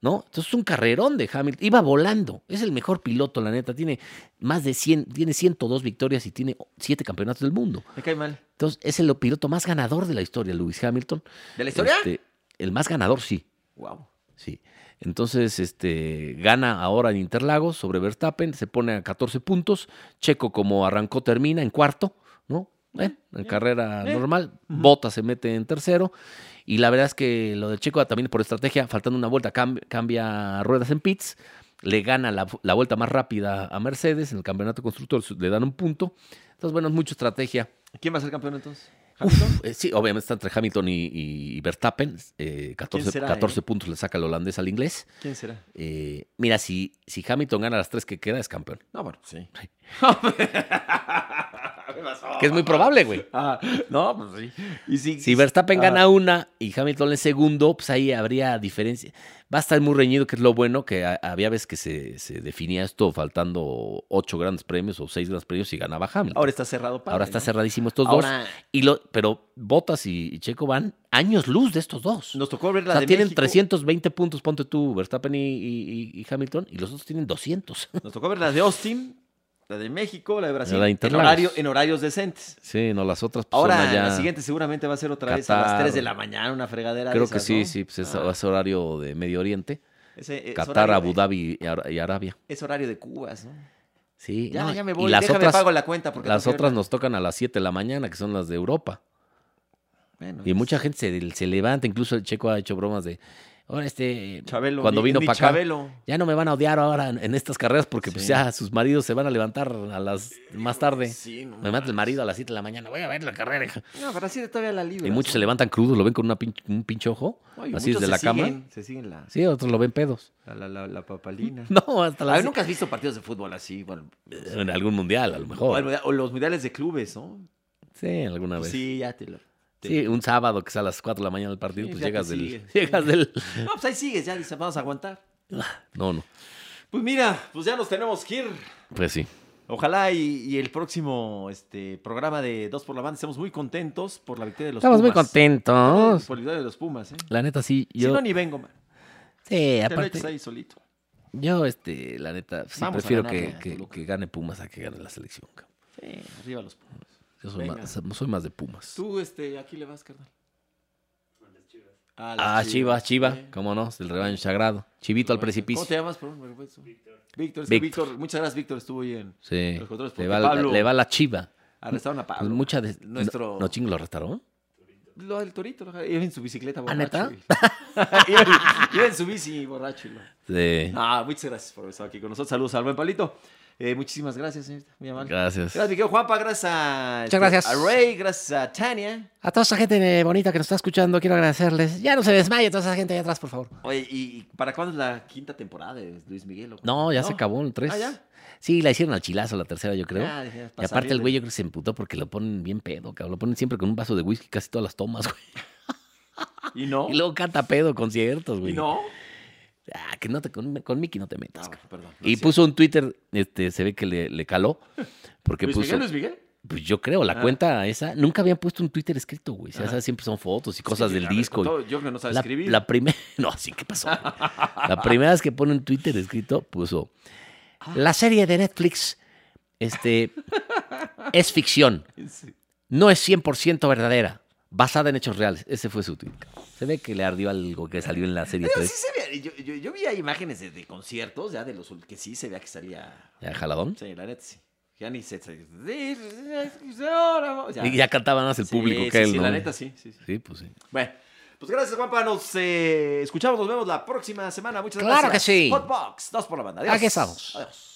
B: ¿no? Entonces es un carrerón de Hamilton. Iba volando, es el mejor piloto, la neta. Tiene más de 100, tiene 102 victorias y tiene siete campeonatos del mundo.
A: Me cae mal.
B: Entonces es el piloto más ganador de la historia, Lewis Hamilton.
A: ¿De la historia?
B: Este, el más ganador, sí.
A: Wow.
B: Sí. Entonces, este, gana ahora en Interlagos sobre Verstappen, se pone a 14 puntos. Checo, como arrancó, termina en cuarto, ¿no? Bueno, en
A: Bien.
B: carrera
A: Bien.
B: normal.
A: Ujú.
B: Bota se mete en tercero. Y la verdad es que lo de Checo también por estrategia, faltando una vuelta, cam- cambia ruedas en pits. Le gana la, la vuelta más rápida a Mercedes en el campeonato de constructores, le dan un punto. Entonces, bueno, es mucha estrategia.
A: ¿Quién va a ser campeón entonces?
B: Uf,
A: ¿Hamilton?
B: eh, sí, obviamente está entre Hamilton y, y Verstappen. eh, 14,
A: será, eh?
B: 14 puntos le saca el holandés al inglés.
A: ¿Quién será?
B: Eh, mira, si, si Hamilton gana las tres que queda, es campeón.
A: No, bueno, sí. Me pasó.
B: Que es muy probable, güey.
A: Ah, no, pues sí. Y si,
B: Si Verstappen
A: Ah,
B: gana una y Hamilton es segundo, pues ahí habría diferencia. Va a estar muy reñido, que es lo bueno, que a- había veces que se, se definía esto faltando ocho grandes premios o seis grandes premios y ganaba Hamilton.
A: Ahora
B: Ahora,
A: está cerrado para.
B: está cerradísimo estos dos.
A: Ahora
B: Y lo, pero Botas y Checo van años luz de estos dos.
A: nos tocó ver
B: O
A: la
B: sea,
A: de
B: tienen
A: México.
B: 320 puntos, ponte tú, Verstappen y, y- y- y Hamilton, y los otros tienen 200.
A: Nos tocó ver la de Austin, la de México, la de Brasil.
B: La de
A: en,
B: Interlagos.
A: horario, en horarios decentes.
B: Sí, no, las otras pues, son
A: Ahora,
B: allá-
A: la siguiente seguramente va a ser otra vez a las
B: Qatar.
A: 3 de la mañana, una fregadera. de
B: Creo que
A: esas,
B: sí,
A: ¿no?
B: sí, pues es,
A: Ah,
B: es horario de Medio Oriente,
A: ese es
B: Qatar,
A: horario
B: Abu
A: de-
B: Dhabi y Ar- y Arabia.
A: Es horario de Cubas, ¿no?
B: Sí,
A: Ya,
B: no,
A: ya me
B: y
A: voy,
B: las
A: déjame
B: otras,
A: pago la cuenta. Porque
B: las
A: tengo que ver
B: otras nos tocan a las 7 de la mañana, que son las de Europa.
A: la- Bueno,
B: Y
A: pues,
B: mucha gente se, se levanta, incluso el Checo ha hecho bromas de, Ahora este,
A: Chabelo.
B: cuando
A: ni-
B: vino
A: ni
B: para acá,
A: Chabelo.
B: ya no me van a odiar ahora en, en estas carreras porque pues
A: Sí.
B: ya sus maridos se van a levantar a las más tarde.
A: Sí, no
B: Me mata
A: mames.
B: el marido a las 7 de la mañana, voy a ver la carrera. hija.
A: No, Brasil todavía la libra.
B: Y muchos se levantan crudos, lo ven con una pin- un pinche ojo, así desde la cama.
A: Se siguen la,
B: Sí, otros lo ven pedos.
A: la, la, la, la papalina.
B: No, hasta
A: A
B: las
A: ver, ¿Nunca has visto partidos de fútbol así? Bueno,
B: En algún mundial, a
A: o,
B: lo
A: el
B: mejor.
A: mundial- o los mundiales de clubes, ¿no? Pues
B: Sí, alguna vez.
A: Sí, ya te lo... te-
B: Sí, un sábado que es a las 4 de la mañana el partido,
A: Sí,
B: pues
A: ya te
B: llegas del,
A: sigue.
B: llegas del...
A: No, pues ahí sigues, ya dices, vamos a aguantar.
B: No, no,
A: Pues mira, pues ya nos tenemos que ir.
B: pues sí.
A: Ojalá y, y el próximo este, programa de Dos por la Banda estemos muy contentos por la victoria de los
B: Estamos muy
A: Pumas.
B: contentos.
A: Por la victoria de los Pumas, ¿eh?
B: La neta, sí, yo...
A: Si no, ni vengo, man.
B: Sí,
A: Te lo
B: aparte,
A: echas ahí solito.
B: yo, este, la neta, sí,
A: Vamos a
B: prefiero
A: ganarle
B: que,
A: a
B: que-
A: Toluca.
B: que gane Pumas a que gane la selección. cabrón.
A: Sí, arriba los Pumas.
B: Yo soy
A: Venga.
B: más, soy más de Pumas.
A: Tú, este, aquí le vas, carnal. A las
B: Ah, Chivas, Chivas,
A: Sí.
B: cómo no, el rebaño sagrado. Chivito al
A: ¿Cómo te
B: precipicio.
A: llamas? Perdón, me recuerdo. Víctor. Víctor, es que
B: Víctor.
A: Víctor, muchas gracias, Víctor, estuvo ahí en...
B: Sí,
A: Los controles,
B: le
A: porque
B: va,
A: Pablo-
B: le va la chiva.
A: Arrestaron a Pablo.
B: Pues mucha de-
A: Nuestro...
B: ¿No, no chingo, lo restauró?
A: Lo del torito, lo- iba en su bicicleta borracho.
B: ¿Ah, neta?
A: güey. iba, iba en su bici borracho. güey.
B: Sí,
A: Ah, muchas gracias por estar aquí con nosotros. Saludos al buen Palito. Eh, muchísimas gracias, señorita. Muy amable.
B: gracias.
A: Gracias, mi querido Juanpa. Gracias a, este,
B: Muchas gracias.
A: a Ray, gracias a Tania.
B: A toda esa gente bonita que nos está escuchando, quiero agradecerles. Ya no se desmaye toda esa gente allá atrás, por favor.
A: Oye, ¿y y para cuándo es la quinta temporada de Luis Miguel? o cuándo?
B: No, ya se acabó el 3.
A: Ah, ya.
B: Sí, la hicieron al chilazo la tercera, yo creo.
A: Ya, ¿eh? ya,
B: y
A: para
B: aparte el
A: salir
B: güey
A: de-
B: yo creo que se emputó porque lo ponen bien pedo, cabrón. Lo ponen siempre con un vaso de whisky casi todas las tomas, güey.
A: ¿Y no?
B: Y luego canta pedo conciertos,
A: ¿Y
B: güey.
A: no?
B: Ah, que no te, con, con Mickey no te
A: Ah,
B: metas,
A: bueno,
B: cabrón.
A: perdón. no
B: Y
A: es cierto.
B: puso un Twitter, este, se ve que le, le caló. Porque
A: ¿Luis
B: puso.
A: Miguel, Luis Miguel?
B: Pues yo creo, la
A: Ah.
B: cuenta esa. Nunca habían puesto un Twitter escrito, güey. O sea,
A: Ajá.
B: esas siempre son fotos y cosas
A: Sí,
B: del
A: a ver,
B: disco.
A: con
B: y-
A: todo, yo creo que no sabe
B: la,
A: escribir.
B: la primera. No, así que pasó. güey? La primera vez que pone un Twitter escrito, puso.
A: Ah.
B: La serie de Netflix este, es ficción.
A: Sí.
B: No es 100% verdadera. Basada en hechos reales. Ese fue su tweet. Se ve que le ardió algo que salió en la serie
A: Pero
B: 3.
A: sí se veía, yo, yo- yo vi ahí imágenes de, de conciertos, ya de los ul- que sí se veía que salía.
B: Ya, jaladón.
A: Sí, la neta sí. Ya ni se. se- o sea,
B: Y ya cantaba más el
A: sí,
B: público
A: sí,
B: que él,
A: sí,
B: ¿no?
A: la neta sí, sí, sí.
B: Sí, pues sí.
A: Bueno, pues gracias, Juanpa. Nos eh, escuchamos, nos vemos la próxima semana. Muchas
B: Claro
A: gracias.
B: que sí.
A: Hotbox, dos por la banda. Adiós.
B: Aquí estamos.
A: Adiós.